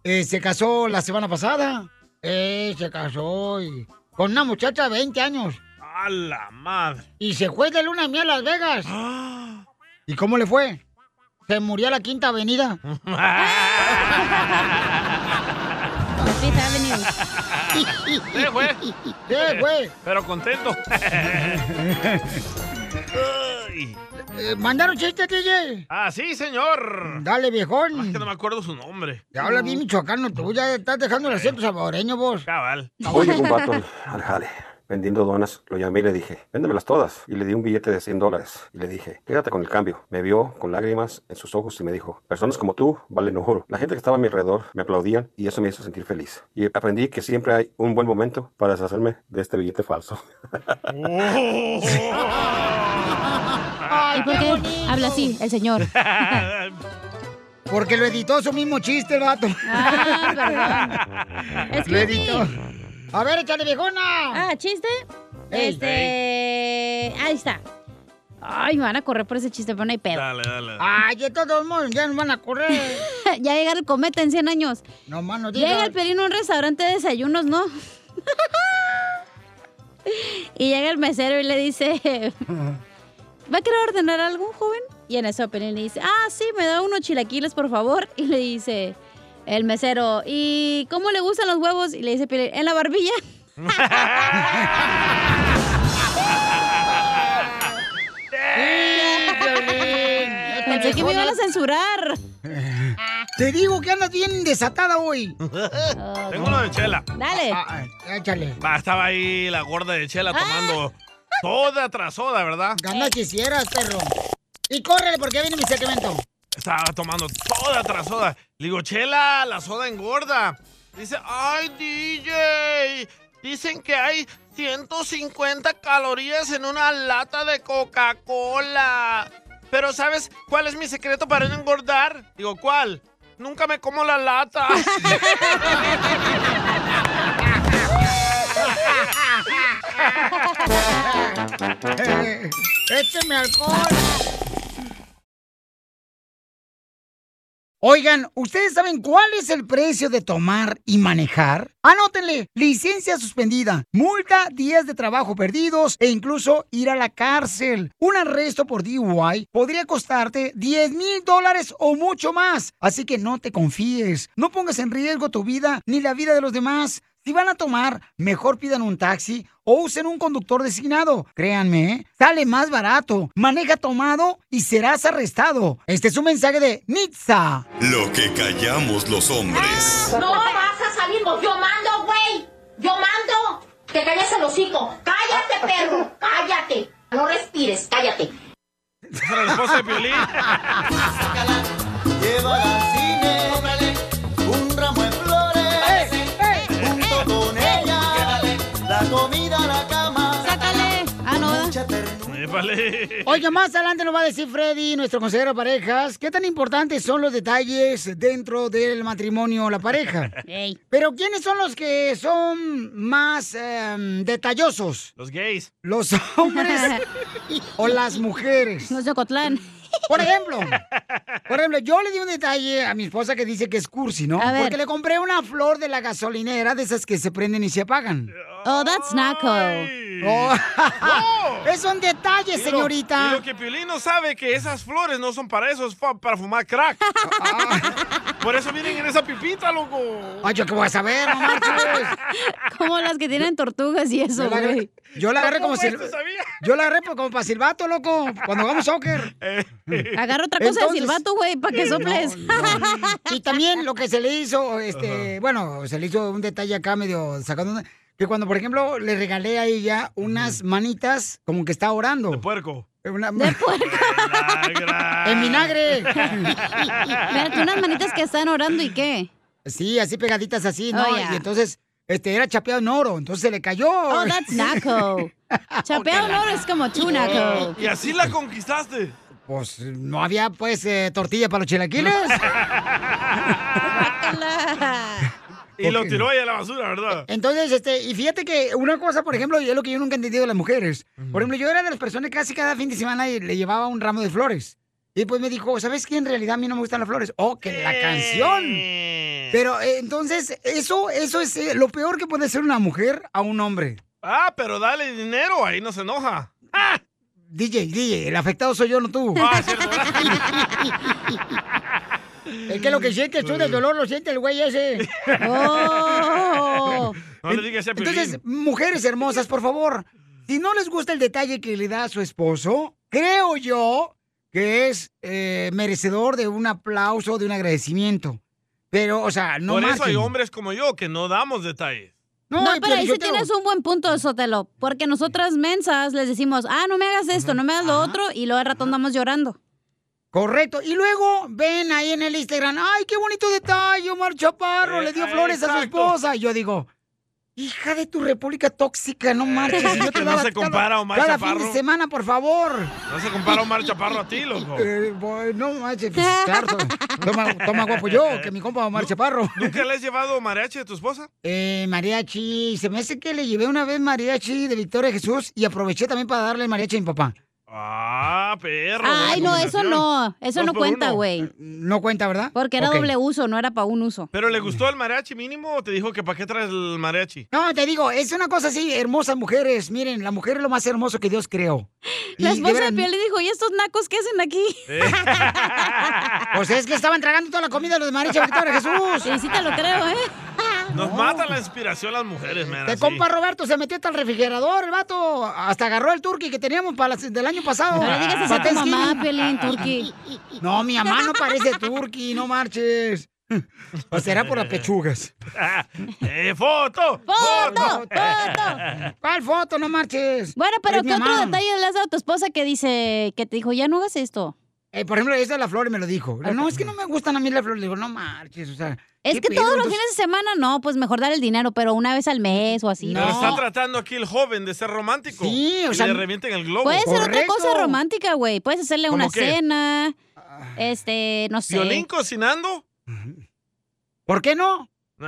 eh, se casó la semana pasada. Eh, se casó y- con una muchacha de 20 años. A la madre. Y se fue de luna de miel a Las Vegas. ¿Y cómo le fue? Se murió a la quinta avenida. Se fue. Se fue. Pero contento. Eh, ¿Mandaron chiste, TJ? Ah, sí, señor. Ah, Dale, viejón. No me acuerdo su nombre. Ya habla bien michoacano, tú ya estás dejando el acento saboreño vos. Cabal. Oye, llegó un vato al- al jale vendiendo donas. Lo llamé y le dije, véndemelas todas. Y le di un billete de 100 dólares. Y le dije, quédate con el cambio. Me vio con lágrimas en sus ojos y me dijo, personas como tú valen oro. La gente que estaba a mi alrededor me aplaudían y eso me hizo sentir feliz. Y aprendí que siempre hay un buen momento para deshacerme de este billete falso. Ay, ¿Y por qué habla así el señor? Porque lo editó su mismo chiste el vato. Ah, Es lo que editó. A ver, échale viejona. Ah, chiste. Este. Ahí está. Ay, me van a correr por ese chiste, pero no hay pedo. Dale, dale. Ay, de todos modos, ya nos van a correr. ya llega el cometa en 100 años. No más no Llega digas. el pelín a un restaurante de desayunos, ¿no? y llega el mesero y le dice, ¿va a querer ordenar algo, joven? Y en eso el pelín le dice, ah, sí, me da unos chilaquiles, por favor. Y le dice el mesero, ¿y cómo le gustan los huevos? Y le dice Pelín, en la barbilla. Pensé que me iban a censurar. Te digo que andas bien desatada hoy. Ah, Tengo uno de chela. Oh, Dale. échale. Va, estaba ahí la gorda de chela tomando soda tras soda, ¿verdad? Ah. Gana quisieras, perro. Y córrele porque viene mi segmento. Estaba tomando soda tras soda. Le digo, chela, la soda engorda. Dice, ay, DJ, dicen que hay 150 calorías en una lata de Coca-Cola. Pero ¿sabes cuál es mi secreto para no engordar? Digo, ¿cuál? Nunca me como la lata. Eh, Écheme alcohol. Oigan, ¿ustedes saben cuál es el precio de tomar y manejar? Anótenle, licencia suspendida, multa, días de trabajo perdidos e incluso ir a la cárcel. Un arresto por DUI podría costarte 10 mil dólares o mucho más. Así que no te confíes, no pongas en riesgo tu vida ni la vida de los demás. Si van a tomar, mejor pidan un taxi o usen un conductor designado. Créanme, ¿eh? sale más barato. Maneja tomado y serás arrestado. Este es un mensaje de Nitza. Lo que callamos los hombres. No vas a salir, vos. yo mando, güey. Yo mando. Te calles el hocico. Cállate, perro. Cállate. No esposa de Piolín. Llévala al cine, un ramo de flores, junto con ella, la comida a la cama. Sácale. Ah, no. ¿verdad? Épale. Oiga, más adelante nos va a decir Freddy, nuestro consejero de parejas, qué tan importantes son los detalles dentro del matrimonio o la pareja. Ey. Pero ¿quiénes son los que son más em, detallosos? Los gays. ¿Los hombres o las mujeres? Los de Cotlán. Por ejemplo, por ejemplo, yo le di un detalle a mi esposa que dice que es cursi, ¿no? A ver. Porque le compré una flor de la gasolinera de esas que se prenden y se apagan. Oh, that's naco. Oh, es un detalle, Y lo- Y señorita. lo que Piolín no sabe que esas flores no son para eso, es fa- para fumar crack. Por eso miren en esa pipita, loco. Ay, yo qué voy a saber, no marches. Como las que tienen tortugas y eso, Yo la agarré- güey. Yo la agarré como si. Tampoco esto sabía. Yo la agarré como para silbato, loco. Cuando vamos soccer. eh, Agarra otra cosa de silbato, güey, para que soples. Y también lo que se le hizo, este, bueno, se le hizo un detalle acá medio sacando. una- Que cuando, por ejemplo, le regalé a ella unas manitas como que está orando. De puerco. De puerco. en vinagre. Espérate, Ah. unas manitas que están orando y qué. Sí, así pegaditas así, ¿no? Oh, ya. Y entonces, este, era chapeado en oro, entonces se le cayó. Oh, that's naco. Chapeado en oro es como tú, naco. Y así la conquistaste. Pues no había, pues, eh, tortilla para los chilaquiles. Y lo tiró ahí a la basura, ¿verdad? Entonces, este, y fíjate que una cosa, por ejemplo, y es lo que yo nunca he entendido de las mujeres. Por ejemplo, yo era de las personas que casi cada fin de semana y le llevaba un ramo de flores. Y pues me dijo, ¿sabes qué? En realidad a mí no me gustan las flores. Oh, que la canción. Pero eh, entonces, eso, eso es eh, lo peor que puede hacer una mujer a un hombre. Ah, pero dale dinero, ahí no se enoja. DJ, DJ, el afectado soy yo, no tú. Ah, es que lo que sientes tú Pues. del dolor lo siente el güey ese. Oh. No le digas a Piolín. Entonces, mujeres hermosas, por favor, si no les gusta el detalle que le da a su esposo, creo yo que es eh, merecedor de un aplauso, de un agradecimiento. Pero, o sea, no Por más. eso hay hombres como yo que no damos detalles. No, y pues pero ahí sí Piolichotelo. tienes un buen punto, Sotelo. Porque nosotras mensas les decimos, ah, no me hagas esto, no me hagas lo otro, y luego de rato andamos llorando. Correcto. Y luego ven ahí en el Instagram, ay, qué bonito detalle, Omar Chaparro, Eh, le dio eh, flores a su exacto. esposa. Y yo digo, hija de tu república tóxica, no marches. Eh, si yo te que no daba se compara, cada, Omar cada Chaparro. fin de semana, por favor. No se compara Omar Chaparro a ti, loco. Eh, boy, no manches, pues, claro, to- toma, toma guapo yo, que mi compa Omar Chaparro. ¿Nunca le has llevado mariachi a tu esposa? Eh, mariachi, se me hace que le llevé una vez mariachi de Victoria Jesús y aproveché también para darle mariachi a mi papá. Ah, perro. Ay, no, eso no, eso Dos no por cuenta, uno. güey. Eh, No cuenta, ¿verdad? Porque era Ok. doble uso, no era para un uso. ¿Pero le gustó el mariachi mínimo o te dijo que para qué traes el mariachi? No, te digo, es una cosa así, hermosas mujeres. Miren, la mujer es lo más hermoso que Dios creó. La Y de esposa de veras, piel le dijo, ¿y estos nacos qué hacen aquí? Pues es que estaban tragando toda la comida los de mariachi de Victoria Jesús. Sí, sí te lo creo, ¿eh? Nos mata la inspiración las mujeres, man. Te así. compa Roberto se metió hasta el refrigerador, el vato. Hasta agarró el turqui que teníamos para las- del año pasado. No le digas así a tu Para mamá, Thanksgiving. Piolín, turqui. No, mi mamá no parece turqui, no marches. Pues O será por las pechugas. ¡Eh, foto! ¡Foto! ¿Cuál foto? No marches. Bueno, pero Es mi ¿qué otro mamá. detalle le has dado a tu esposa que dice, que te dijo, ya no hagas esto? Eh, por ejemplo, esa de la flor me lo dijo. No, es que no me gustan a mí las flores. Le digo, no marches, o sea. Es ¿qué que pedo? todos los Entonces- fines de semana, no, pues mejor dar el dinero, pero una vez al mes o así. Pero ¿no? está tratando aquí el joven de ser romántico. Sí, o y sea, Le revienten el globo. Puede ser otra cosa romántica, güey. Puedes hacerle ¿Cómo una qué? cena, Ah. este, no sé. ¿Violín cocinando? ¿Por qué no? ¿Ve?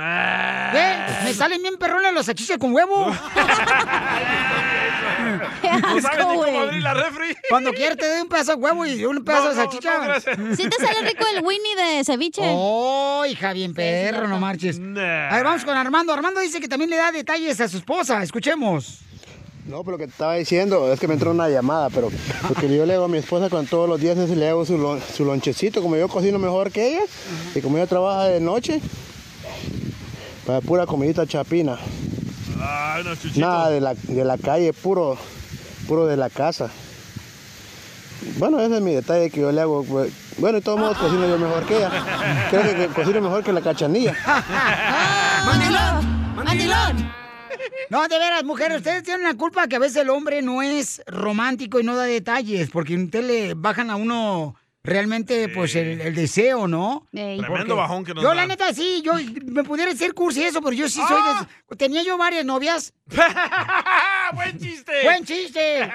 Me salen bien perrones los achiches con huevo. No sabes ni cómo abrir la refri. Cuando quieras te doy un pedazo de huevo y un pedazo de salchicha. Sí te sale rico el Winnie de ceviche. Oh, hija, bien perro, no marches. A ver, vamos con Armando. Armando dice que también le da detalles a su esposa. Escuchemos. No, pero lo que te estaba diciendo es que me entró una llamada, pero porque yo le hago a mi esposa con todos los días es le hago su, lon- su lonchecito, como yo cocino mejor que ella y como ella trabaja de noche, para pura comidita chapina, Ay, no, chuchito. nada de la, de la calle, puro, puro de la casa. Bueno, ese es mi detalle que yo le hago. pues. Bueno, de todos modos cocino yo mejor que ella. Creo que, que cocino mejor que la cachanilla. ¡Mandilón! ¡Mandilón! No, de veras, mujeres, ustedes tienen la culpa que a veces el hombre no es romántico y no da detalles, porque ustedes le bajan a uno realmente, pues, el, el deseo, ¿no? Tremendo Porque bajón que nos Yo, la dan. neta, sí, yo me pudiera decir cursi eso, pero yo sí soy Ah. de- Tenía yo varias novias. ¡Buen chiste! ¡Buen chiste!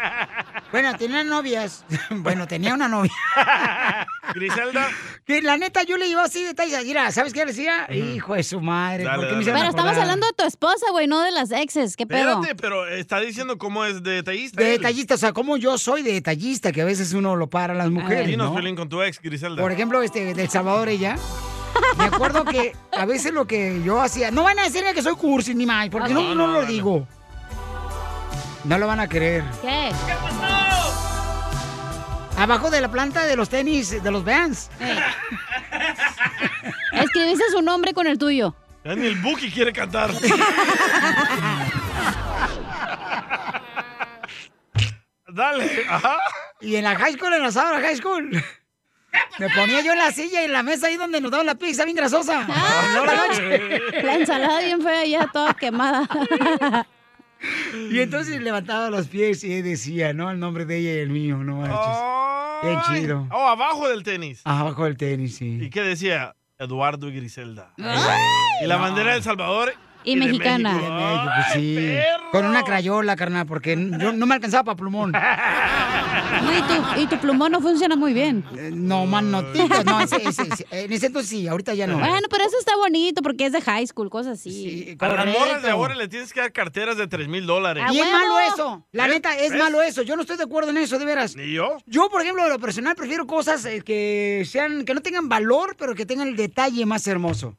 Bueno, tenía novias. Bueno, tenía una novia. Griselda. Que la neta, yo le llevaba así detalles. Mira, ¿sabes qué le decía? Hijo de su madre. Dale, ¿por qué me dale. hicieron Pero estamos acordar? hablando de tu esposa, güey, no de las exes. ¿Qué pedo? Espérate, pero está diciendo cómo es de detallista. De él. detallista, o sea, como yo soy de detallista, que a veces uno lo para a las mujeres, Dinos, ¿no? Piolín, con tu ex, Griselda. Por ejemplo, este, del Salvador ella. Me acuerdo que a veces lo que yo hacía. No van a decirme que soy cursi ni más, porque no, No, no no, lo no. digo. No lo van a creer. ¿Qué? Ah. Abajo de la planta de los tenis, de los Vans. Escribiste su nombre con el tuyo. Ya ni el Buki quiere cantar. Dale. Ajá. Y en la high school, en la Sabra High School. Me ponía yo en la silla y en la mesa ahí donde nos daban la pizza bien grasosa. No la noche. La ensalada bien fea ya toda quemada. Y entonces levantaba los pies y decía, ¿no? El nombre de ella y el mío, no marches. Qué chido. Oh, abajo del tenis. Abajo del tenis, sí. ¿Y qué decía? Eduardo y Griselda. Ay, y la no. bandera del Salvador. Y de mexicana. México. Y de México, pues Ay, sí. perro. Con una crayola, carnal, porque yo no me alcanzaba para plumón. Güey, tu- y tu plumón no funciona muy bien. Eh, No, man, no. Tico, no, ese- ese- ese- en ese entonces sí, ahorita ya no. Bueno, pero eso está bonito porque es de high school, cosas así. A Ah, las morras de ahora le tienes que dar carteras de 3 mil dólares. Y es malo eso. La neta, es malo eso. Yo no estoy de acuerdo en eso, de veras. ¿Ni yo? Yo, por ejemplo, de lo personal prefiero cosas eh, que sean, que no tengan valor, pero que tengan el detalle más hermoso.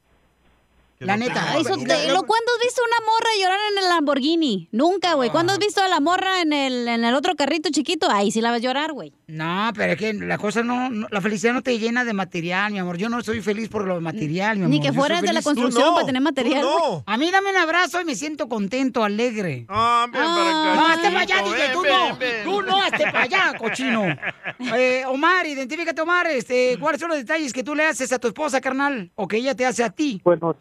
La neta. Ay, Sotelo, ¿cuándo has visto una morra llorar en el Lamborghini? Nunca, güey. ¿Cuándo has visto a la morra en el, en el otro carrito chiquito? Ahí sí la vas a llorar, güey. No, pero es que la cosa no, no- la felicidad no te llena de material, mi amor. Yo no soy feliz por lo material, mi amor. Ni que Yo soy fueras de la feliz- construcción Tú no, para tener material, tú no. güey. A mí dame un abrazo y me siento contento, alegre. Ah, ven para acá, No, hazte para allá, chiquito, dije, ven, tú ven, no. ven. Tú no, hazte para allá, cochino. Eh, Omar, identifícate, Omar. Este, ¿Cuáles son los detalles que tú le haces a tu esposa, carnal? O que ella te hace a ti. Bueno,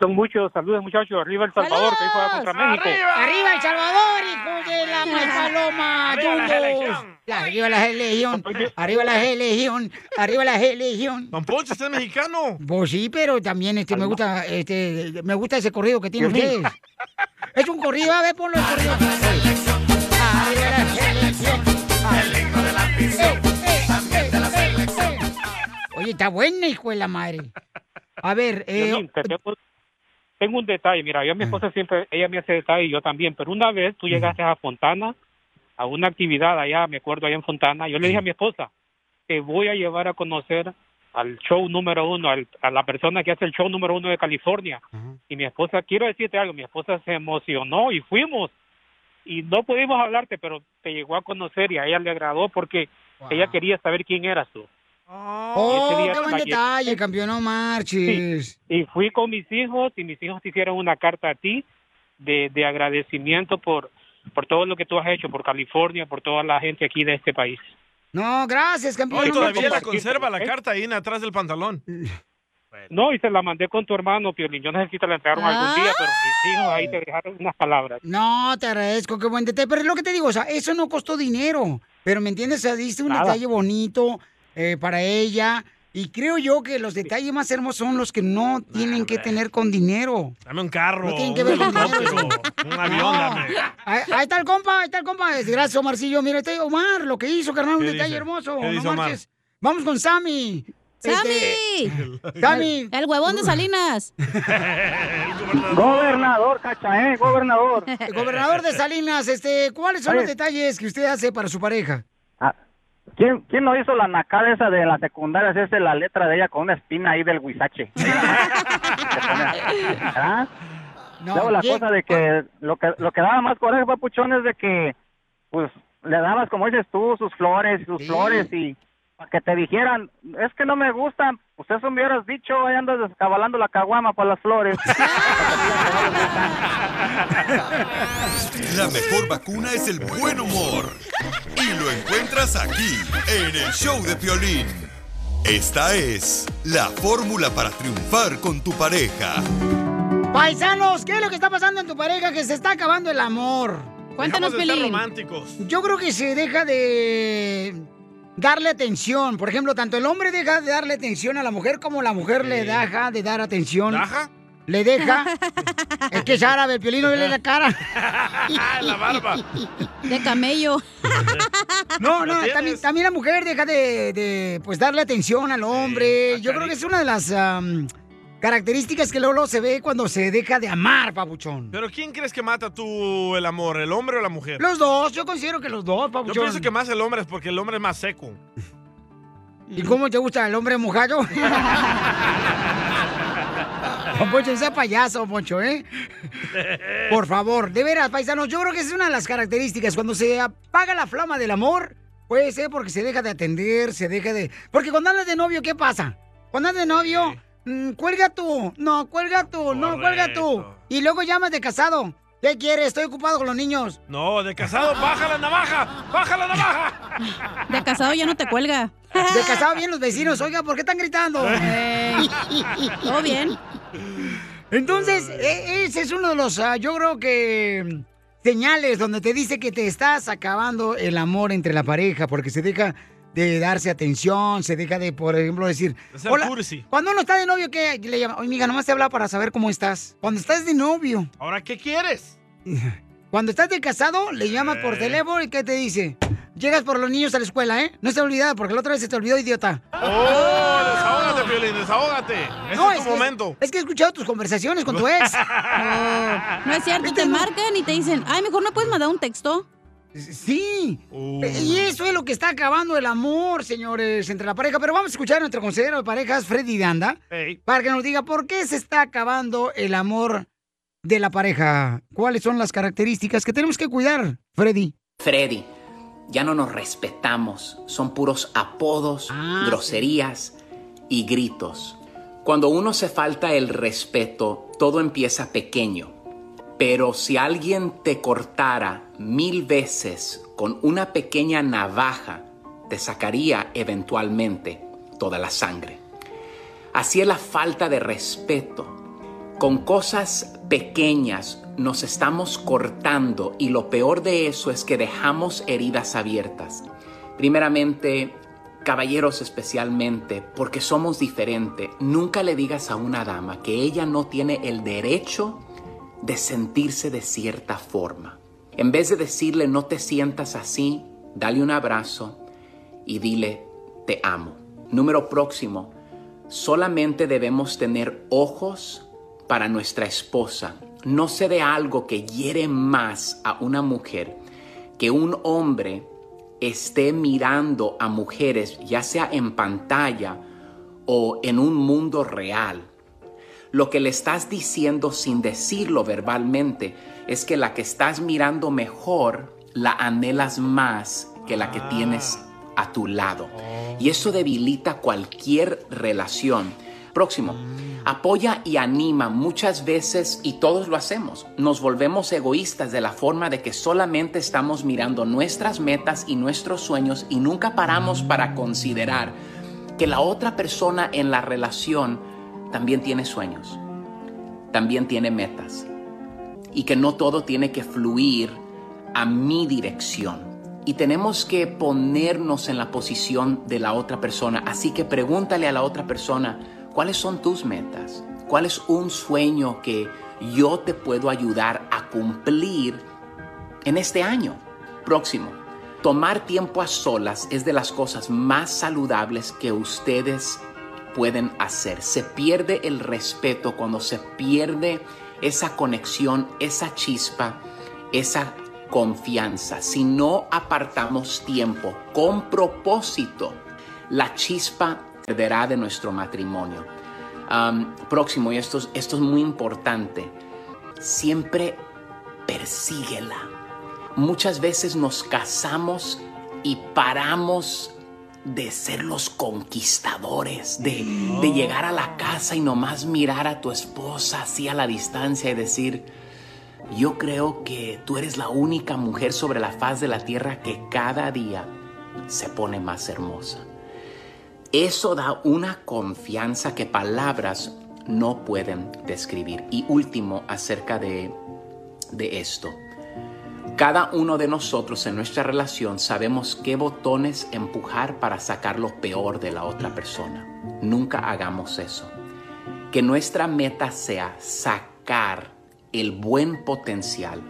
son muchos. Saludos, muchachos. Arriba El Salvador, que hoy juega contra México. ¡Arriba El Salvador, hijo de la mal paloma! Arriba la ¡Yundos! selección. ¡Arriba la legión! ¡Arriba la legión! ¡Arriba la legión! Don Poncho, usted es mexicano. Pues sí, pero también este, me gusta este, me gusta ese corrido que tiene Piolín. ustedes. Es un corrido, a ver, ponlo el corrido. Arriba la selección. Eh, eh, eh, eh, eh. Oye, está buena, hijo de la madre. A ver, eh, Ah. Violín, te tengo, tengo un detalle. Mira, yo a mi esposa siempre, ella me hace detalle y yo también. Pero una vez tú llegaste a Fontana, a una actividad allá, me acuerdo, allá en Fontana. Yo le dije a mi esposa, te voy a llevar a conocer al show número uno, al- a la persona que hace el show número uno de California. Y mi esposa, quiero decirte algo, mi esposa se emocionó y fuimos. Y no pudimos hablarte, pero te llegó a conocer y a ella le agradó porque ella quería saber quién eras tú. oh, este ese día qué buen la- detalle, campeón, no marches. Y fui con mis hijos y mis hijos te hicieron una carta a ti de, de agradecimiento por, por todo lo que tú has hecho, por California, por toda la gente aquí de este país. No, gracias, campeón. Hoy no Eh. todavía la marches. conserva la carta ahí en atrás del pantalón. No, y se la mandé con tu hermano, Piolín. Yo no sé si te la entregaron algún día, pero mis hijos ahí te dejaron unas palabras. No, te agradezco, qué buen detalle. Pero es lo que te digo, o sea, eso no costó dinero. Pero me entiendes, o sea, diste un Nada. detalle bonito eh, para ella. Y creo yo que los detalles más hermosos son los que no tienen que tener con dinero. Dame un carro. No tienen que un ver con helicóptero, Un avión, dame. Ahí, ahí está el compa, ahí está el compa. Gracias, Omarcillo. Mira, este Omar, lo que hizo, carnal, un ¿Qué detalle dice? hermoso. ¿Qué No dice Omar? marches. Vamos con Sammy. ¡Sammy! Este, Sammy. El huevón de Salinas. Gobernador, cacha, ¿eh? Gobernador. Gobernador de Salinas, este, ¿cuáles son los Oye. detalles que usted hace para su pareja? Ah, ¿Quién, ¿Quién no hizo la nacada esa de la secundaria? Hacerse la letra de ella con una espina ahí del huizache. ¿Verdad? No, Luego la ¿quién? cosa de que lo que lo que daba más coraje, papuchón, es de que pues le dabas, como dices tú, sus flores, sus Sí. flores y para que te dijeran, es que no me gustan, pues eso me hubieras dicho, ahí andas descabalando la caguama para las flores. La mejor vacuna es el buen humor. Y lo encuentras aquí, en el show de Piolín. Esta es la fórmula para triunfar con tu pareja. Paisanos, ¿qué es lo que está pasando en tu pareja que se está acabando el amor? Cuéntanos, Dejamos de estar Pelín. románticos. Yo creo que se deja de darle atención. Por ejemplo, tanto el hombre deja de darle atención a la mujer como la mujer le deja de dar atención. ¿Daja? Le deja. es que es árabe, el piolino vele la cara. la barba. De camello. No, no, también, también la mujer deja de, de, pues darle atención al ah, hombre. Yo creo que es una de las am, características que luego luego se ve cuando se deja de amar, papuchón. ¿Pero quién crees que mata tú el amor, el hombre o la mujer? Los dos, yo considero que los dos, Yo papuchón. pienso que más el hombre es porque el hombre es más seco. ¿Y cómo te gusta el hombre mojado? Don Poncho, no sea payaso, don Poncho, ¿eh? Por favor, de veras, paisanos, yo creo que esa es una de las características. Cuando se apaga la flama del amor, puede ser porque se deja de atender, se deja de... Porque cuando andas de novio, ¿qué pasa? Cuando andas de novio, mm, cuelga tú, no, cuelga tú, no, cuelga tú. Y luego llamas de casado. ¿Qué quieres? Estoy ocupado con los niños. No, de casado, baja la navaja, baja la navaja. De casado ya no te cuelga. De casado bien los vecinos. Oiga, ¿por qué están gritando? Eh, todo bien. Entonces, e- ese es uno de los, ah, yo creo que, señales donde te dice que te estás acabando el amor entre la pareja, porque se deja de darse atención, se deja de, por ejemplo, decir... Hacer cursi. Cuando uno está de novio, ¿qué le llama? Oye, mija, nomás te habla para saber cómo estás. Cuando estás de novio. Ahora, ¿qué quieres? Cuando estás de casado, le llamas por Eh. teléfono y ¿qué te dice? Llegas por los niños a la escuela, ¿eh? No se olvidado, porque la otra vez se te olvidó, idiota. ¡Oh! Desahógate, Piolín, desahógate. Ese es tu que- momento. es que he escuchado tus conversaciones con tu ex. No es cierto, te marcan y te dicen, ay, mejor no puedes mandar un texto. Sí. Uh. E-, Y eso es lo que está acabando el amor, señores, entre la pareja. Pero vamos a escuchar a nuestro consejero de parejas, Freddy Danda, para que nos diga por qué se está acabando el amor de la pareja. ¿Cuáles son las características que tenemos que cuidar, Freddy? Freddy, ya no nos respetamos. Son puros apodos, groserías y gritos. Cuando uno se falta el respeto, todo empieza pequeño. Pero si alguien te cortara mil veces con una pequeña navaja, te sacaría eventualmente toda la sangre. Así es la falta de respeto. Con cosas pequeñas nos estamos cortando y lo peor de eso es que dejamos heridas abiertas. Primeramente, caballeros especialmente, porque somos diferentes, nunca le digas a una dama que ella no tiene el derecho de sentirse de cierta forma. En vez de decirle no te sientas así, dale un abrazo y dile te amo. Número próximo, solamente debemos tener ojos para nuestra esposa. No se dé algo que hiere más a una mujer que un hombre esté mirando a mujeres, ya sea en pantalla o en un mundo real. Lo que le estás diciendo sin decirlo verbalmente es que la que estás mirando mejor la anhelas más que la que tienes a tu lado. Y eso debilita cualquier relación. Próximo, apoya y anima muchas veces y todos lo hacemos. Nos volvemos egoístas de la forma de que solamente estamos mirando nuestras metas y nuestros sueños y nunca paramos para considerar que la otra persona en la relación también tiene sueños, también tiene metas y que no todo tiene que fluir a mi dirección. Y tenemos que ponernos en la posición de la otra persona. Así que pregúntale a la otra persona, ¿cuáles son tus metas? ¿Cuál es un sueño que yo te puedo ayudar a cumplir en este año próximo? Tomar tiempo a solas es de las cosas más saludables que ustedes pueden hacer. Se pierde el respeto cuando se pierde esa conexión, esa chispa, esa confianza. Si no apartamos tiempo con propósito, la chispa perderá de nuestro matrimonio. Am, próximo, y esto, es- esto es muy importante, siempre persíguela. Muchas veces nos casamos y paramos de ser los conquistadores, de, de llegar a la casa y nomás mirar a tu esposa así a la distancia y decir, yo creo que tú eres la única mujer sobre la faz de la tierra que cada día se pone más hermosa. Eso da una confianza que palabras no pueden describir. Y último, acerca de, de esto. Cada uno de nosotros en nuestra relación sabemos qué botones empujar para sacar lo peor de la otra persona. Nunca hagamos eso. Que nuestra meta sea sacar el buen potencial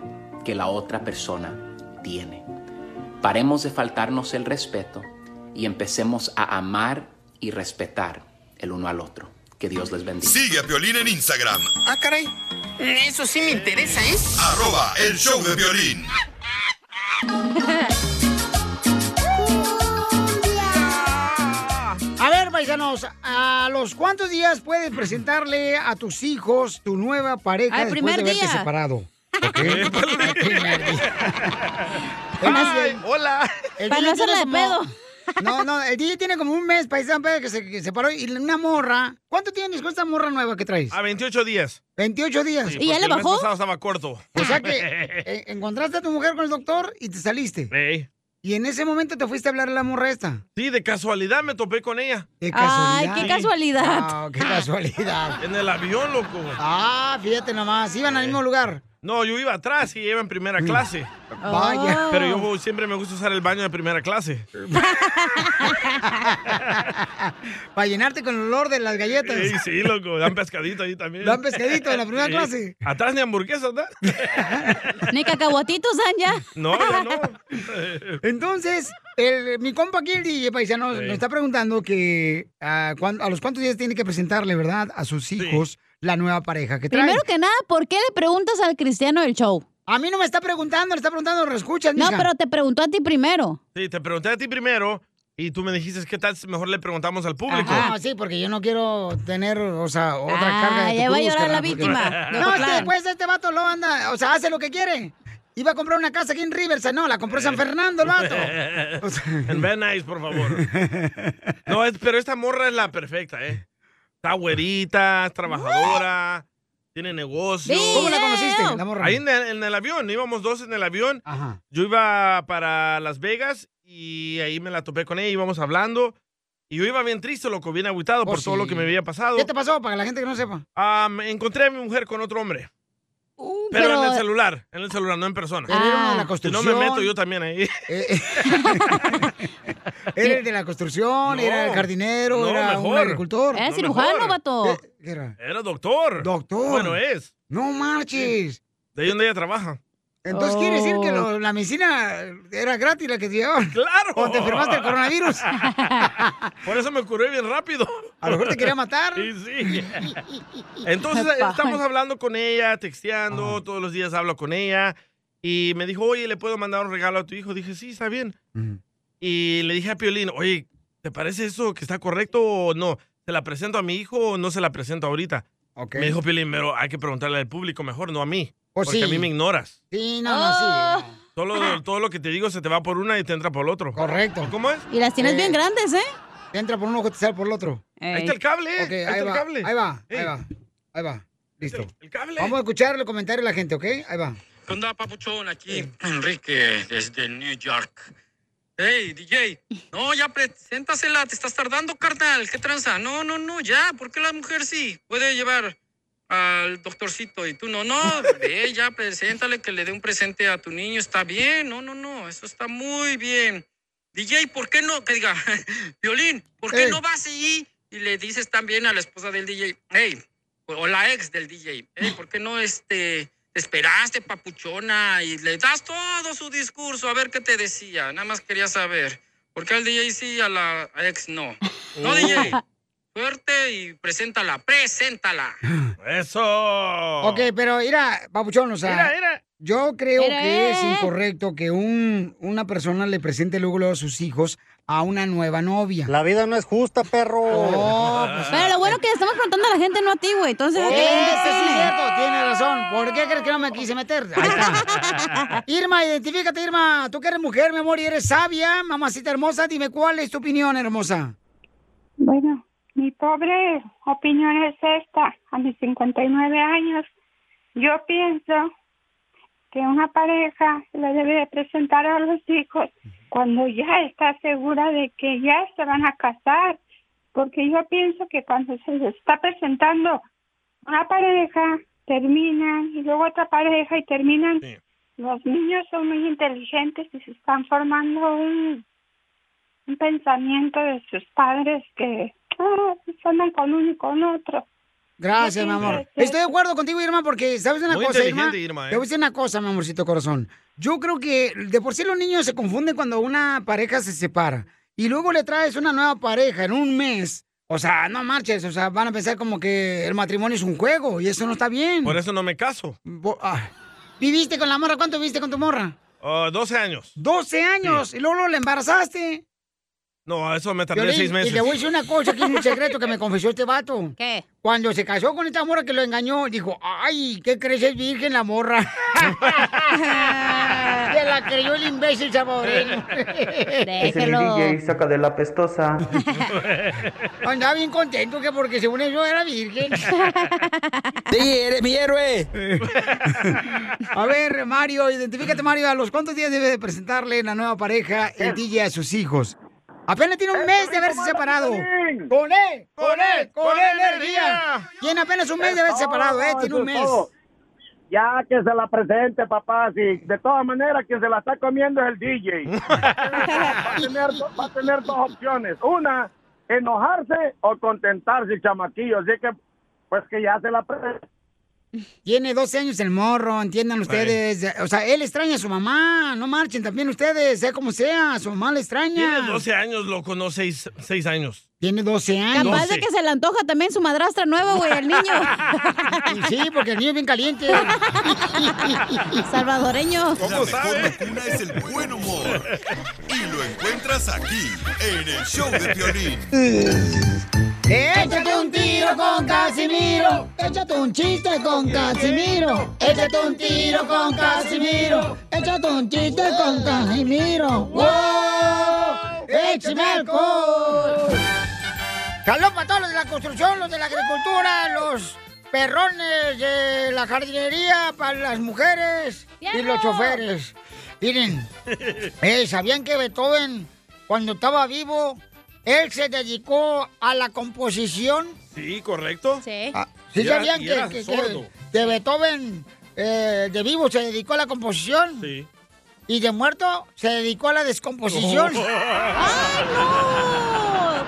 que la otra persona tiene. Paremos de faltarnos el respeto y empecemos a amar y respetar el uno al otro. Que Dios les bendiga. Sigue a Piolín en Instagram, Ah, caray. Eso sí me interesa, ¿eh? arroba el show de violín. A ver, paisanos, ¿a los cuántos días puedes presentarle a tus hijos tu nueva pareja Al después primer de haberte día. separado? Ay, hola. Para no hacerle de pedo. No, no, el DJ tiene como un mes, paisano, pero que se que se separó. Y una morra. ¿Cuánto tienes con esta morra nueva que traes? A 28 días. 28 días. Sí, pues, porque El mes pasado estaba corto. O sea que eh, encontraste a tu mujer con el doctor y te saliste. Y en ese momento te fuiste a hablar a la morra esta. Sí, de casualidad me topé con ella. Qué casualidad. Ay, qué casualidad. Ah, qué casualidad. En el avión, loco. Ah, fíjate nomás, iban al mismo lugar. No, yo iba atrás y iba en primera clase. Oh. Vaya. Pero yo voy- siempre me gusta usar el baño de primera clase. Para llenarte con el olor de las galletas. Sí, sí, loco. Dan pescadito ahí también. Dan pescadito en la primera Sí. clase. Atrás ni hamburguesas, ¿verdad? Ni cacahuatitos dan ya. No, ya no. Entonces, el- mi compa aquí, el DJ Paisano, Sí. nos está preguntando que ah, cuán- a los cuántos días tiene que presentarle, ¿verdad?, a sus hijos la nueva pareja que trae. Primero que nada, ¿por qué le preguntas al cristiano del show? A mí no me está preguntando, le está preguntando, escuchas, No, mija. pero te preguntó a ti primero. Sí, te pregunté a ti primero y tú me dijiste qué tal si mejor le preguntamos al público. Ah, sí, porque yo no quiero tener, o sea, otra Ah, carga de tu ya va a cruz, llorar la carnal, porque- víctima. pues, No, es que Claro. después este vato lo anda, o sea, hace lo que quiere. Iba a comprar una casa aquí en Riverside, no, la compró en Eh. San Fernando el vato. En Van Nuys, por favor. No, es- pero esta morra es la perfecta, ¿eh? Está güerita, es trabajadora, tiene negocio. ¿Cómo la conociste, la morra? Ahí en el, en el avión, íbamos dos en el avión. Yo iba para Las Vegas y ahí me la topé con ella, íbamos hablando. Y yo iba bien triste, loco, bien aguitado por todo lo que me había pasado. ¿Qué Oh, te pasó? Para la gente que no sepa. Ah, me encontré a mi mujer con otro hombre. Pero, Uh, pero- en el celular, en el celular, no en persona. Pero era uno de la Si no me construcción. meto yo también ahí. Era el de la construcción, No. era el jardinero, No, era un mejor. agricultor. Era No, cirujano, mejor. vato. ¿Qué- qué era? Era doctor. Doctor. Bueno, es. No marches. De ahí donde ella trabaja. Entonces quiere decir que Oh. lo- la medicina era gratis la que te llevaban. ¡Claro! O te enfermaste el coronavirus. Por eso me curé bien rápido. A lo mejor te quería matar. Sí, sí. Entonces Ay. estamos hablando con ella, texteando, todos los días hablo con ella. Y me dijo, oye, ¿le puedo mandar un regalo a tu hijo? Dije, sí, está bien. Y le dije a Piolín, oye, ¿te parece eso que está correcto o no? ¿Se la presento a mi hijo o no se la presento ahorita? Me dijo Piolín, pero hay que preguntarle al público mejor, no a mí. Pues porque sí. a mí me ignoras. Sí, no, no, sí. Todo, todo lo que te digo se te va por una y te entra por el otro. Correcto. ¿Cómo es? Y las tienes bien grandes, ¿eh? Te entra por un ojo y te sale por el otro. Ahí está el cable, ¿eh? Ok, Ahí ahí, está el va, cable. Ahí va, Ey. ahí va. Ahí va. Listo. El cable. Vamos a escuchar los comentarios de la gente, ¿ok? Ahí va. ¿Qué onda, papuchón? Aquí Enrique desde New York. Hey, DJ. No, ya preséntasela, te estás tardando, carnal. ¿Qué tranza? No, no, no, ya. ¿Por qué la mujer sí puede llevar al doctorcito y tú no? No, ve, ya preséntale que le dé un presente a tu niño. Está bien. No, no, no, eso está muy bien. DJ, ¿por qué no? Que diga, Violín, ¿por qué Ey. no vas allí y le dices también a la esposa del DJ, hey, o- o la ex del DJ, hey, ¿por qué no este, te esperaste, papuchona? Y le das todo su discurso, a ver qué te decía. Nada más quería saber. ¿Por qué al DJ sí y a la ex no? No, DJ. Suerte y preséntala, preséntala. Eso. Ok, pero mira, papuchón, o sea. Mira, mira. Yo creo Mira, que es eh. incorrecto que un, una persona le presente luego, luego a sus hijos a una nueva novia. Oh, pues, La vida no es justa, perro. Pero lo bueno que le estamos preguntando a la gente, no a ti, güey. Entonces, Eso ¿qué la gente sí es opine. cierto, tiene razón. ¿Por qué crees que no me quise meter? Ahí está. Irma, identifícate, Irma. Tú que eres mujer, mi amor, y eres sabia, mamacita hermosa, dime cuál es tu opinión, hermosa. Bueno, Mi pobre opinión es esta. A mis 59 años, yo pienso que una pareja le debe de presentar a los hijos cuando ya está segura de que ya se van a casar. Porque yo pienso que cuando se les está presentando una pareja, terminan, y luego otra pareja y terminan. Los niños son muy inteligentes y se están formando un, un pensamiento de sus padres que ah, se andan con uno y con otro. Gracias, mi amor. Estoy de acuerdo contigo, Irma, porque sabes una Muy cosa, Irma. inteligente, Irma, ¿eh? Te voy a decir una cosa, mi amorcito corazón. Yo creo que de por sí los niños se confunden cuando una pareja se separa y luego le traes una nueva pareja en un mes. O sea, no marches, o sea, van a pensar como que el matrimonio es un juego y eso no está bien. Por eso no me caso. Bo- ah. ¿Viviste con la morra? ¿Cuánto viviste con tu morra? Ah, 12 años. 12 años y luego, luego la embarazaste. No, eso me tardé Piolín, seis meses. Y le voy a decir una cosa, que es un secreto que me confesó este vato. ¿Qué? Cuando se casó con esta morra que lo engañó, dijo, ay, ¿qué crees? Es virgen la morra. se la creyó el imbécil saboreño. saca de la pestosa. Andaba bien contento que porque según yo era virgen. Sí, eres mi héroe. A ver, Mario, identifícate, Mario. ¿A los cuántos días debe de presentarle la nueva pareja el DJ a sus hijos? Apenas tiene un mes de haberse separado. ¡Con él! ¡Con él! ¡Con él, energía! Tiene apenas un mes de haberse separado, ¿eh? Tiene un Eso es mes. todo. Ya que se la presente, papá, si de todas maneras quien se la está comiendo es el DJ. Va a tener, va a tener dos opciones. Una, enojarse o contentarse, chamaquillo. Así que, pues que ya se la presente. Tiene 12 años el morro, entiendan ustedes. O sea, él extraña a su mamá. No marchen también ustedes, sea como sea. Su mamá le extraña. Tienes 12 años, loco, no 6, años. Tiene 12 años. Capaz de que se le antoja también su madrastra nueva, güey, al niño. sí, porque el niño es bien caliente. Salvadoreño. La mejor vacuna es el buen humor. Y lo encuentras aquí, en el show de Piolín. Échate Eh. un tiro con Casimiro. Échate un chiste con Casimiro. Échate un tiro con Casimiro. Échate un chiste con Casimiro. ¡Wow! ¡Échame alcohol! Saludos para todos los de la construcción, los de la agricultura, los perrones de la jardinería, para las mujeres y los choferes. Miren, eh, ¿sabían que Beethoven, cuando estaba vivo, él se dedicó a la composición? Ah, Sí, correcto. Sí. ¿Sí sabían que, que- que- que Beethoven eh, de vivo se dedicó a la composición? Sí. Y de muerto se dedicó a la descomposición. Oh.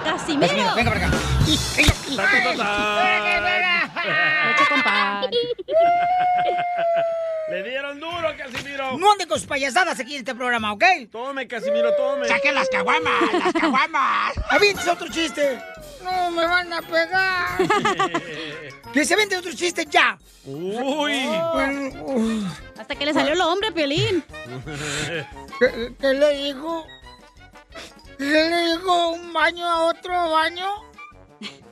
Ah, ¡Ay, no! ¡Casimiro! Casimiro, venga para acá. Le dieron duro, Casimiro. No ande con sus payasadas aquí en este programa, ¿ok? Tome, Casimiro, tome. Saque las caguamas, las caguamas. Avientes otro chiste. No, me van a pegar. que se vende otro chiste ya. Uy. Hasta que le salió el hombre, Piolín. ¿Qué, qué le dijo? ¿Qué le dijo un baño a otro baño?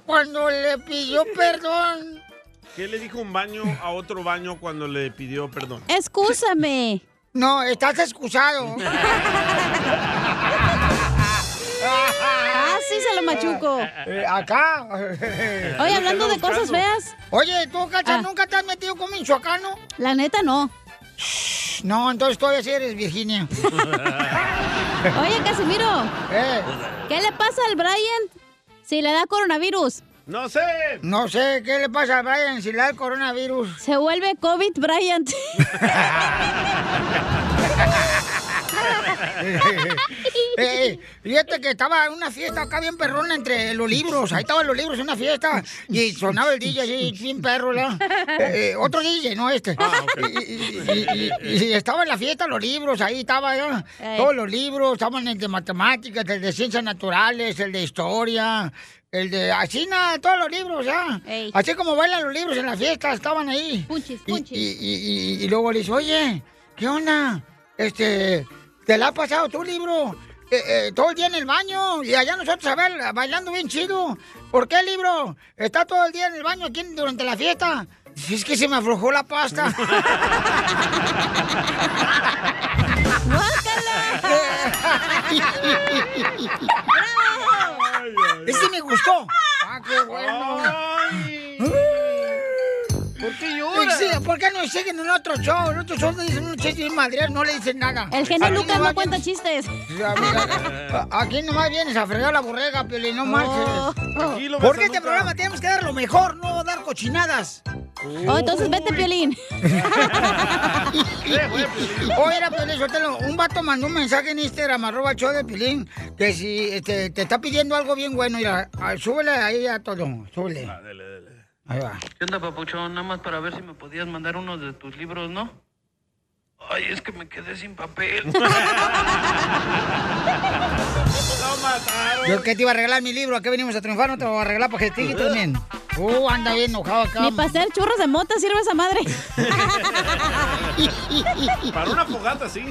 Cuando le pidió perdón. ¿Qué le dijo un baño a otro baño cuando le pidió perdón? Excúsame. No, estás excusado. Casi se lo machuco. acá. Oye, hablando de cosas feas. Oye, tú, Cacha, Ah. ¿nunca te has metido con michoacano? La neta, no. No, entonces todavía sí eres Virginia. Oye, Casimiro. Eh. ¿Qué le pasa al Brian si le da coronavirus? No sé. No sé, ¿qué le pasa a Brian si le da el coronavirus? Se vuelve COVID Brian. Eh, eh, fíjate que estaba en una fiesta acá bien perrona entre los libros. Ahí estaban los libros en una fiesta. Y sonaba el DJ así, bien perro, ¿verdad? Eh, eh, otro DJ, no este. Ah. Y, y- y estaba en la fiesta los libros, ahí estaba, ¿verdad? Eh. Ey. Todos los libros, estaban el de matemáticas, el de ciencias naturales, el de historia, el de... Así nada, todos los libros, ya. Ey. Así como bailan los libros en la fiesta, estaban ahí. Y- Y, y- y- y luego le dice, oye, ¿qué onda? Este, ¿te la has pasado tu libro? Eh, eh, todo el día en el baño y allá nosotros a ver, bailando bien chido. ¿Por qué libro? Está todo el día en el baño aquí durante la fiesta. Dice, Es que se me aflojó la pasta. Ese me gustó. Ah, qué bueno. ¿Por qué llora? Pues ¿Por qué no siguen en otro show? En otro show le dicen un chiste y madre, no le dicen nada. El genio Lucas no cuenta chistes. Aquí nomás vienes a fregar la borrega, Piolín, no marches. Tranquilo, Porque Oh. este Mazanuca. programa tenemos que dar lo mejor, no dar cochinadas. Oh, entonces vete, Piolín. Oye, era Piolín, suéltalo. Un vato mandó un mensaje en Instagram, arroba el show de Piolín, que si este, te está pidiendo algo bien bueno, mira, a- súbele ahí a todo, súbele. Ahí va. ¿Qué onda, papuchón? Nada más para ver si me podías mandar uno de tus libros, ¿no? Ay, es que me quedé sin papel. Yo que te iba a regalar mi libro, ¿a qué venimos a triunfar? No te voy a regalar para que estés también. Uh, anda bien enojado acá. Ni para hacer churros de mota sirve esa madre. Para una fogata, sí.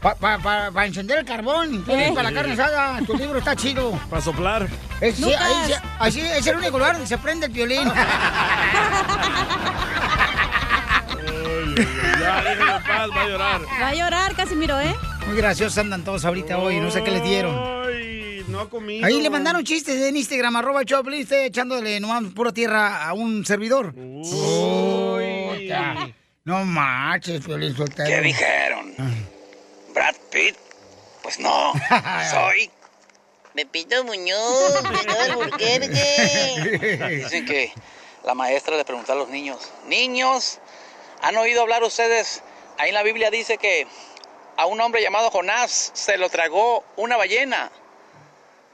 Para encender el carbón, Eh. para la carne asada, tu libro está chido. Para soplar. Es, sí, Lucas. ahí se- así es el único lugar donde se prende el violín. Ya, déjenla en paz, va a llorar. Va a llorar, Casimiro, ¿eh? Muy graciosos andan todos ahorita hoy, no sé qué les dieron. Ay, no ha comido. Ahí le mandaron chistes en Instagram, arroba Choplin, usted echándole nomás pura tierra a un servidor. Puta. No marches, Piolín Sotelo. ¿Qué dijeron? ¿Brad Pitt? Pues no, soy. Pepito Muñoz, Pepito Alburquerque. Dicen que la maestra le preguntó a los niños, niños, ¿han oído hablar ustedes? Ahí en la Biblia dice que a un hombre llamado Jonás se lo tragó una ballena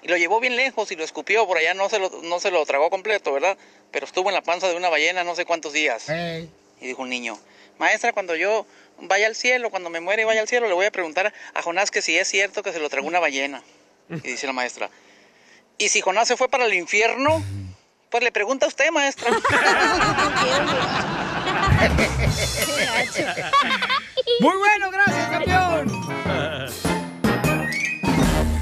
y lo llevó bien lejos y lo escupió, por allá no se lo, no se lo tragó completo, ¿verdad? Pero estuvo en la panza de una ballena no sé cuántos días. Y dijo un niño, maestra, cuando yo vaya al cielo, cuando me muera y vaya al cielo, le voy a preguntar a Jonás que si es cierto que se lo tragó una ballena. Y dice la maestra, ¿y si Jonás se fue para el infierno? Pues le pregunta a usted, maestra. Muy bueno, gracias, campeón.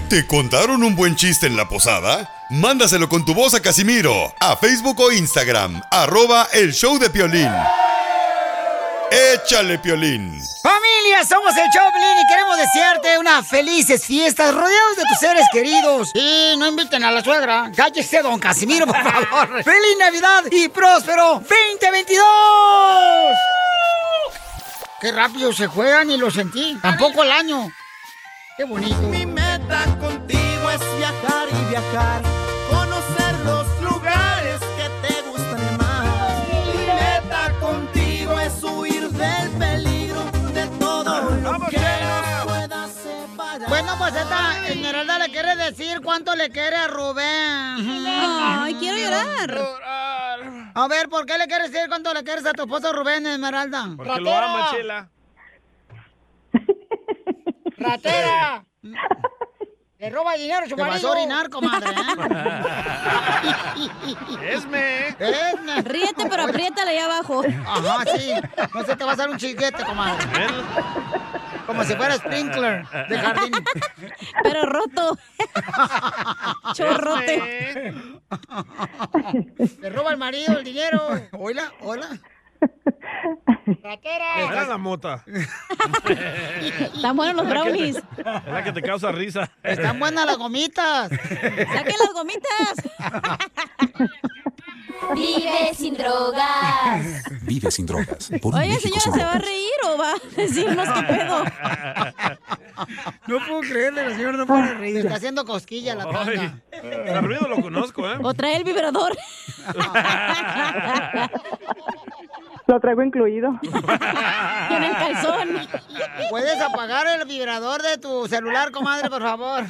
¿Te contaron un buen chiste en la posada? Mándaselo con tu voz a Casimiro, a Facebook o Instagram, arroba el show de Piolín. Échale, Piolín. Familia, somos el Choplin y queremos desearte unas felices fiestas rodeados de tus seres queridos. Y no inviten a la suegra. Cállese, don Casimiro, por favor. ¡Feliz Navidad y próspero 2022! Qué rápido se juegan y lo sentí. Tampoco el año. Qué bonito. Mi meta contigo es viajar y viajar, conocer los lugares que te gustan más. Mi meta contigo es huir del peligro de todo lo que nos pueda separar. Bueno, pues esta Esmeralda le quiere decir cuánto le quiere a Rubén. Ay, quiero llorar. A ver, ¿por qué le quieres decir cuánto le quieres a tu esposo Rubén, Esmeralda? Porque lo ama, Chela. ¡Ratera! Le roba dinero a su Te vas a marido. orinar, comadre. ¿eh? Esme. Esme. Ríete, pero apriétale ahí abajo. ¿Eh? Ajá, sí. No se te va a dar un chiquete, comadre. Como si fuera sprinkler de jardín. Pero roto. Chorrote. Le roba el marido el dinero. Hola, hola. Era pues, la mota. Están buenos los Es la que te- brownies. Es la que te causa risa. Están buenas las gomitas. ¡Saquen las gomitas! Vive sin drogas. Vive sin drogas. Por un Oye, México sin señora, ¿se va a drogas. reír o va a decirnos qué pedo? No puedo creerle, la señora no Ah. puede reír. Está haciendo cosquilla la tanga. El ruido lo conozco, ¿eh? O trae el vibrador. Lo traigo incluido. en el calzón. ¿Puedes apagar el vibrador de tu celular, comadre, por favor?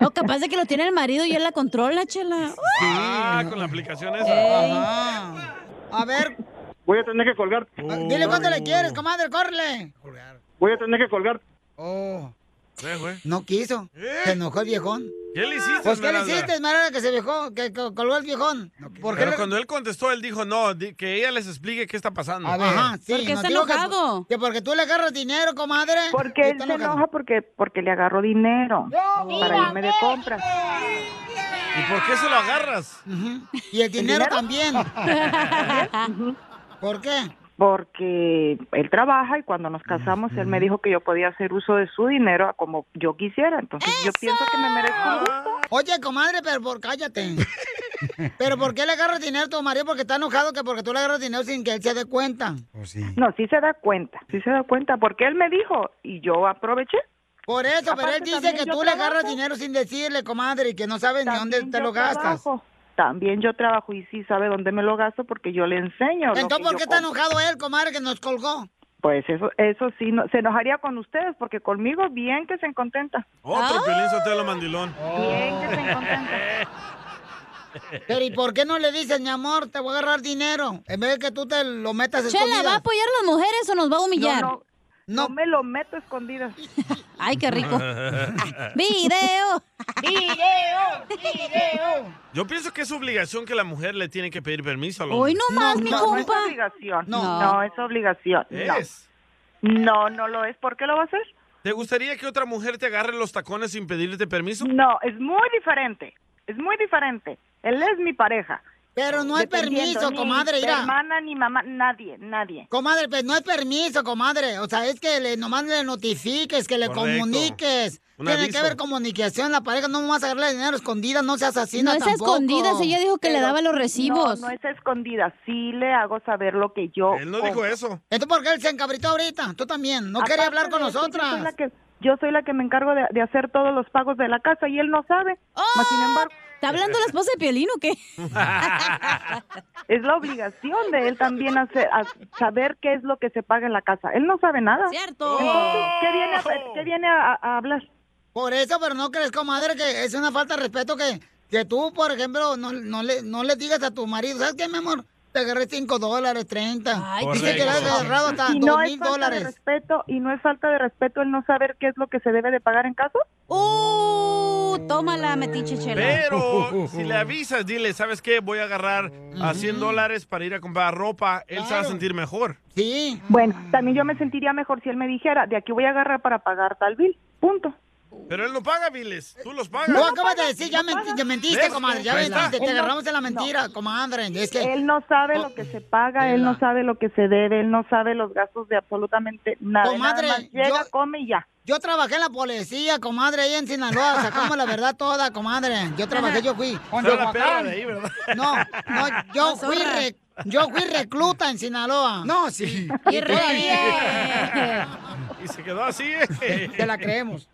O capaz de que lo tiene el marido y él la controla, chela. Ah, con la aplicación esa. Ey. A ver, Voy a tener que colgar. Ah. dile cuánto le quieres, comadre, córrele. Voy a tener que colgar. Oh. No quiso. Se enojó el viejón. Eh, ¿Qué le hiciste, Pues, ¿qué le Esmeralda? hiciste, Esmeralda, que se viejó, que co- colgó el viejón? ¿Por qué Pero le- cuando él contestó, él dijo, no, di- que ella les explique qué está pasando. A ver, Ah, sí, nos dijo que- Que, porque tú le agarras dinero, comadre. Porque él se enoja porque, porque le agarró dinero para viva irme de compras. ¿Y por qué se lo agarras? Y el dinero, dinero? también. ¿Por qué? Porque él trabaja y cuando nos casamos él me dijo que yo podía hacer uso de su dinero a como yo quisiera. Entonces yo pienso que me merezco un gusto. Oye, comadre, pero por cállate. pero ¿por qué le agarras dinero a tu marido? Porque está enojado que porque tú le agarras dinero sin que él se dé cuenta. No, sí se da cuenta, sí se da cuenta porque él me dijo y yo aproveché. Por eso, pero Aparte, él dice también que yo tú le trabajo. agarras dinero sin decirle, comadre, y que no sabes ni dónde te yo lo gastas. trabajo. también yo trabajo y sí sabe dónde me lo gasto porque yo le enseño. lo Entonces, que ¿por yo qué está compro. enojado él, comadre, que nos colgó? Pues eso, eso sí, no- se enojaría con ustedes porque conmigo bien que se contenta. Otro Piolín Sotelo mandilón. Pero ¿y por qué no le dices, mi amor, te voy a agarrar dinero? En vez de que tú te lo metas en Chela, ¿va a apoyar a las mujeres o nos va a humillar? No, no, me lo meto escondidas. Ay, qué rico. ¡Video! ¡Video! ¡Video! Yo pienso que es obligación que la mujer le tiene que pedir permiso al hombre. Hoy No es obligación. No, es obligación. no. Es. No. no, lo es. ¿Por qué lo va a hacer? ¿Te gustaría que otra mujer te agarre los tacones sin pedirte permiso? No, es muy diferente. Es muy diferente. Él es mi pareja. Pero no hay Dependiendo, permiso, ni comadre, mi mira. hermana ni mamá, nadie, nadie. Comadre, pues no hay permiso, comadre. O sea, es que le, nomás le notifiques, que le Correcto. comuniques. Un Tiene que aviso. haber comunicación, la pareja no vas a agarrar dinero escondida, no seas asesina No es tampoco. escondidas, ella dijo que le Pero- daba los recibos. No, no es escondida. Sí le hago saber lo que yo. compro. Entonces, ¿por qué él se encabritó ahorita? Tú también, no quería Oh. Aparte hablar con de eso, Yo soy, la nosotras. que, yo soy la que me encargo de, de hacer todos los pagos de la casa y él no sabe. Mas, sin embargo, Oh, ¿Está hablando la esposa de Piolín o qué? es la obligación de él también hacer, a saber qué es lo que se paga en la casa. Él no sabe nada. Cierto. Entonces, Oh. ¿qué viene a, Oh. qué viene a- a hablar? Por eso, pero no crees, comadre, que es una falta de respeto que, que tú, por ejemplo, no, no le, no le digas a tu marido, ¿sabes qué, mi amor? Te agarré 5 dólares, 30. Dice que le has agarrado hasta Y 2 no es mil falta de dólares. respeto y no es falta de respeto el no saber qué es lo que se debe de pagar en casa. Uh, tómala, metiche chela. Pero si le avisas, dile, ¿sabes qué? Voy a agarrar a 100 dólares para ir a comprar ropa. Él se va a sentir mejor. Sí. Bueno, también yo me sentiría mejor si él me dijera, de aquí voy a agarrar para pagar tal bill. Punto. Pero él no paga biles. Tú los pagas. No, acabas de decir, ya, menti- ya mentiste, ¿Ves? comadre, ya Ahí está. mentiste, te Él no- agarramos en la mentira, comadre. Es que... Él no sabe lo que se paga, él no sabe lo que se debe, él no sabe los gastos de absolutamente nada. Comadre, Nada más llega, yo- come y ya. Yo trabajé en la policía, comadre, ahí en Sinaloa, sacamos la verdad toda, comadre. Yo trabajé, yo fui. Con Yo- la perra de ahí, ¿verdad? No, no, yo fui re- yo fui recluta en Sinaloa. No, sí. Y reía. Y se quedó así, ¿eh? Te la creemos.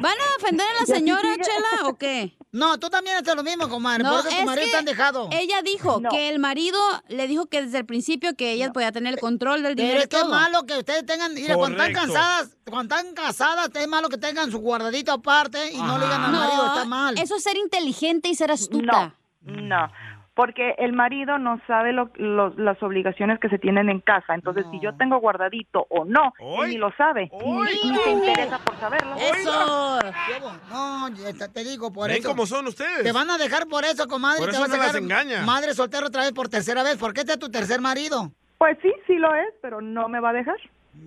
¿Van a ofender a la señora, Chela, o qué? No, tú también haces lo mismo, comadre. por eso tu marido te han dejado. Ella dijo No. que el marido le dijo que desde el principio que ella podía tener el control del dinero. Pero y es que es todo. malo que ustedes tengan, mira, cuando están Correcto. cansadas, cuando están casadas, es malo que tengan su guardadito aparte y no le digan al No, marido, está mal. Eso es ser inteligente y ser astuta. Mm. No, porque el marido no sabe lo- lo- las obligaciones que se tienen en casa. Entonces, si yo tengo guardadito o no, él ni lo sabe. Ni- ni se interesa por saberlo. Eso. No, ya te- te digo por Ven eso. cómo son ustedes. Te van a dejar por eso, comadre. Por te eso vas a no las dejar engaña. Madre soltera otra vez por tercera vez. ¿Por qué este es tu tercer marido? Pues sí, sí lo es, pero no me va a dejar.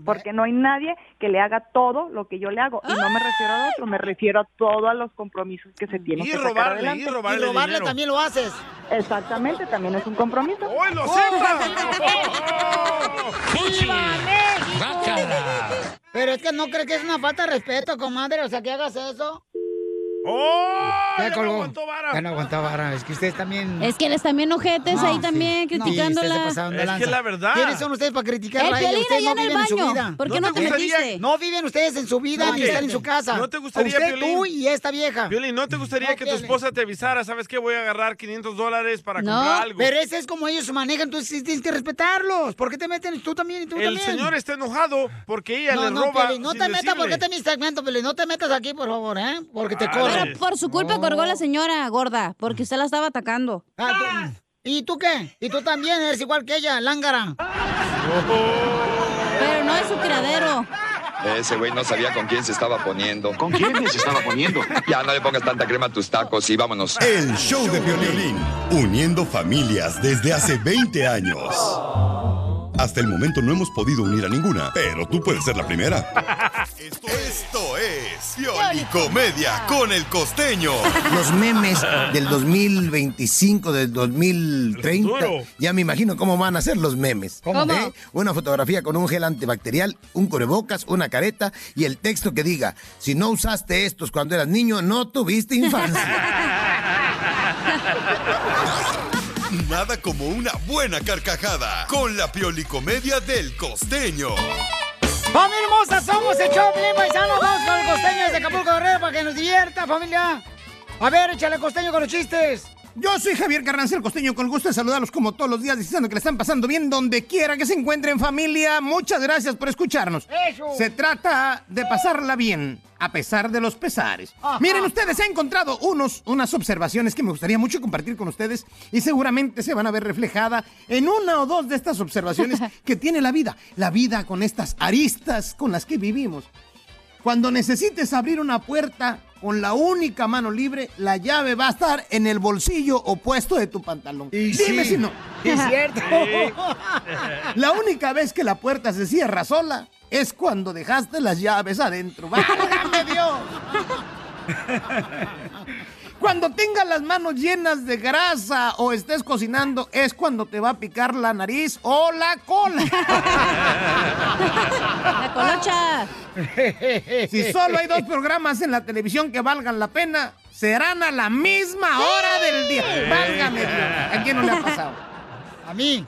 Porque no hay nadie que le haga todo lo que yo le hago. Y no me refiero a otro, me refiero a todos los compromisos que se tienen que sacar adelante. Y robarle también lo haces. Exactamente, también es un compromiso. ¡Hoy lo Pero es que no crees que es una falta de respeto, comadre. O sea, que hagas eso. ¡Oh! Ya colgó. Ya no aguantó vara. Es que ustedes también... Es que les también ojetes No, ahí sí. también No, Eh, criticándola. ustedes se pasaron de lanza. ¿Quiénes son ustedes para El criticarla a ella? Piolín Ustedes allá no en el viven en su baño. vida. ¿Por qué no te metiste? No viven ustedes en su vida No, ni ¿qué? están en su casa. ¿No te gustaría, Usted, tú Piolín? y esta vieja. Piolín, ¿no te gustaría No que tu tiene. esposa te avisara? ¿Sabes qué? Voy a agarrar 500 dólares para comprar algo. pero ese es como ellos se manejan, tú sí tienes que respetarlos. ¿Por qué te meten tú también y tú El también? señor está enojado porque ella no, le no, roba. Piolín, no te sin metas porque este decirle. es mi segmento, Piolín. No te metas aquí, por favor, ¿eh? Porque te Vale. corro. Pero Por su culpa colgó la señora gorda, porque usted la estaba atacando. ¿Y Ah, tú qué? ¿Y tú también eres igual que ella, lángara? Pero no es su criadero. Ese güey no sabía con quién se estaba poniendo. ¿Con quién se estaba poniendo? Ya no le pongas tanta crema a tus tacos y vámonos. El show de violín, uniendo familias desde hace 20 años. Hasta el momento no hemos podido unir a ninguna, pero tú puedes ser la primera. Esto es Piolicomedia con el costeño. Los memes del 2025, del 2030, futuro. ya me imagino cómo van a ser los memes. ¿Cómo? ¿Cómo? ¿Eh? Una fotografía con un gel antibacterial, un cubrebocas, una careta y el texto que diga, si no usaste estos cuando eras niño, no tuviste infancia. Nada como una buena carcajada con la Piolicomedia del costeño. ¡Familia hermosa! ¡Somos el show, Piolín Paisano! ¡Vamos con el costeño desde Acapulco Guerrero para que nos divierta, familia! A ver, échale costeño con los chistes. Yo soy Javier Carranza el Costeño, con el gusto de saludarlos como todos los días, diciendo que le están pasando bien donde quiera que se encuentren familia. Muchas gracias por escucharnos. Eso. Se trata de pasarla bien, a pesar de los pesares. Ajá. Miren, ustedes he encontrado unos, unas observaciones que me gustaría mucho compartir con ustedes y seguramente se van a ver reflejada en una o dos de estas observaciones que tiene la vida. La vida con estas aristas con las que vivimos. Cuando necesites abrir una puerta con la única mano libre, la llave va a estar en el bolsillo opuesto de tu pantalón. Dime sí. si no. Es cierto. La única vez que la puerta se cierra sola es cuando dejaste las llaves adentro. ¡Válgame Dios! Cuando tengas las manos llenas de grasa o estés cocinando, es cuando te va a picar la nariz o la cola. La colocha. Si solo hay dos programas en la televisión que valgan la pena, serán a la misma hora del día. Válgame Dios. ¿A quién no le ha pasado? A mí.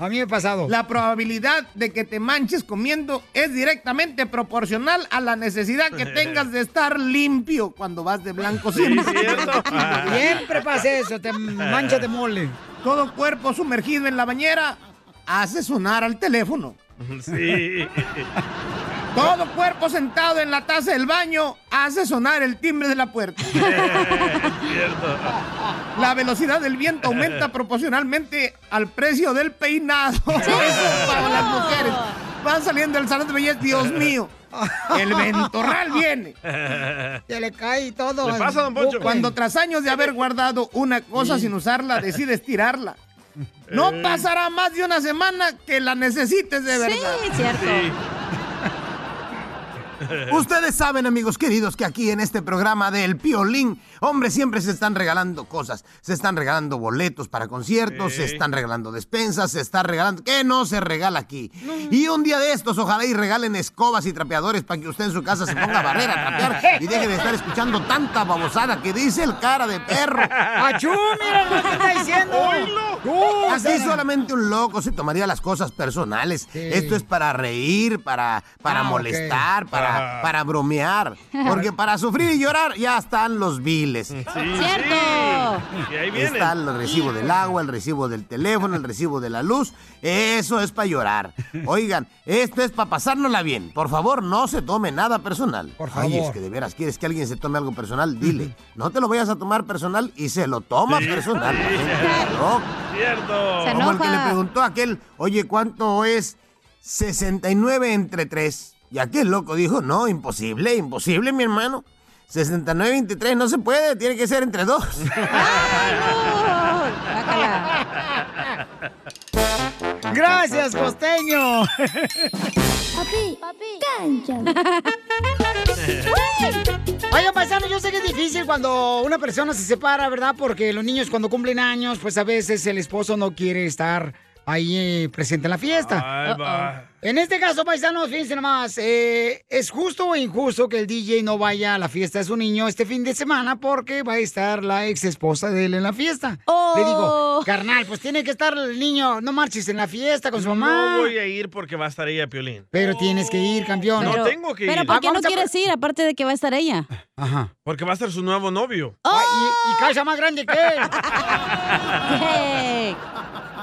A mí me ha pasado. La probabilidad de que te manches comiendo es directamente proporcional a la necesidad que tengas de estar limpio cuando vas de blanco Sí, siempre. cierto. Siempre pasa eso, te manchas de mole. Todo cuerpo sumergido en la bañera hace sonar al teléfono. Sí. Todo cuerpo sentado en la taza del baño hace sonar el timbre de la puerta. Cierto. La velocidad del viento aumenta proporcionalmente al precio del peinado. Eso para las mujeres. Van saliendo del salón de belleza, Dios mío. El ventorral viene. Se le cae todo. al bucle. Cuando tras años de haber guardado una cosa sin usarla, decides tirarla. No pasará más de una semana que la necesites de verdad. Ustedes saben, amigos queridos, que aquí en este programa del Piolín, hombre, siempre se están regalando cosas. Se están regalando boletos para conciertos, se Sí. están regalando despensas, se está regalando... ¿Qué no se regala aquí? Y un día de estos, ojalá y regalen escobas y trapeadores para que usted en su casa se ponga a barrer, a trapear y deje de estar escuchando tanta babosada que dice el cara de perro. ¡Achú, mira lo que está diciendo! ¡Oílo! ¡Tú! Así solamente un loco se tomaría las cosas personales. Esto es para reír, para, para Ah, ok. molestar, para, Ajá. para bromear. Porque para sufrir y llorar ya están los biles. ¡Cierto! Y ahí vienen. Está el recibo del agua, el recibo del teléfono, el recibo de la luz. Eso es para llorar. Oigan, esto es para pasárnosla bien. Por favor, no se tome nada personal. Por Ay, es favor. que de veras, ¿quieres que alguien se tome algo personal? Dile. No te lo vayas a tomar personal y se lo toma personal. La gente está loca. Cierto. Como el que le preguntó a aquel, oye, ¿cuánto es 69 entre 3? Y aquel loco dijo, no, imposible, imposible, mi hermano. 69 entre 3 no se puede, tiene que ser entre 2. ¡Gracias, costeño! Papi, papi, cancha. Oiga, paisano, yo sé que es difícil cuando una persona se separa, ¿verdad? Porque los niños cuando cumplen años, pues a veces el esposo no quiere estar ahí eh, presente en la fiesta. Ahí va. En este caso, paisanos, fíjense nomás, eh, ¿es justo o injusto que el DJ no vaya a la fiesta de su niño este fin de semana porque va a estar la ex esposa de él en la fiesta? Le Oh. digo, carnal, pues tiene que estar el niño, no marches en la fiesta con su mamá. No voy a ir porque va a estar ella, Piolín. Pero tienes que ir, campeón. No tengo que Pero ir. ¿por qué Ah, no vamos a- quieres ir? Aparte de que va a estar ella. Ajá. Porque va a ser su nuevo novio. Ah, y, y casa más grande que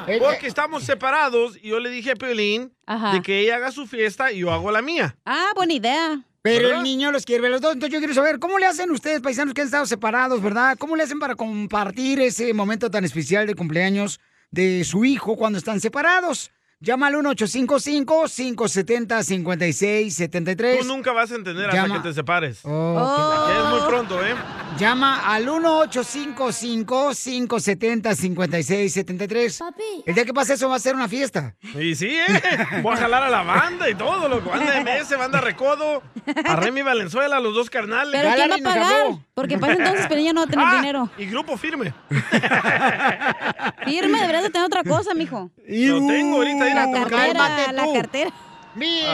él. Porque estamos separados y yo le dije a Piolín Ajá. de que ella haga su fiesta y yo hago la mía. Ah, buena idea. Pero ¿Verdad? el niño los quiere ver los dos. Entonces yo quiero saber, ¿cómo le hacen ustedes, paisanos que han estado separados, verdad? ¿Cómo le hacen para compartir ese momento tan especial de cumpleaños de su hijo cuando están separados? Llama al 1-855-570-5673. Tú nunca vas a entender hasta Llama. que te separes. Oh. ok. Que Es muy pronto, ¿eh? Llama al 1-855-570-5673. El día que pase eso va a ser una fiesta. Y sí, ¿eh? Voy a jalar a la banda y todo, loco. Banda MS, banda Recodo, a Remy Valenzuela, los dos carnales. Pero ¿quién va a pagar? Porque para ese entonces pero ella no va a tener Ah, dinero. Y grupo firme. Firme, deberías de tener otra cosa, mijo. Lo tengo ahorita, mira. La cartera, Cálmate la tú. cartera. Video,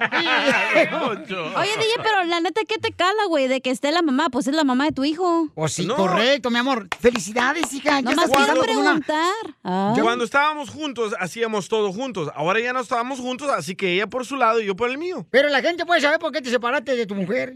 Ah. video. Oye, DJ, pero la neta, ¿qué te cala, güey? De que esté la mamá, pues es la mamá de tu hijo. O Pues sí, correcto, mi amor. Felicidades, hija. No Ya más estás quiero pensando como una- preguntar. Ya- Cuando estábamos juntos, hacíamos todo juntos. Ahora ya no estábamos juntos, así que ella por su lado y yo por el mío. Pero la gente puede saber por qué te separaste de tu mujer.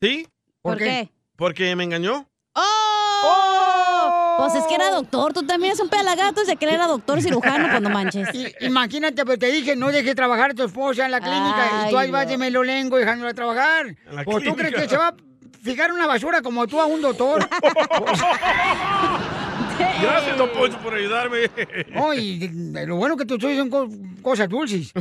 ¿Sí? ¿Por ¿Por qué? qué? Porque me engañó. ¡Oh! Pues es que era doctor, tú también eres un pelagato, se que él era doctor cirujano, pues no manches. I- Imagínate, pero te dije, no dejes trabajar a tu esposa en la clínica y tú ahí vas de melolengo dejándola trabajar. la Pues tú crees clínica. que se va a fijar una basura como tú a un doctor. Gracias, don Poncho, por ayudarme. No, y de- lo bueno que tú son co- cosas dulces. ok.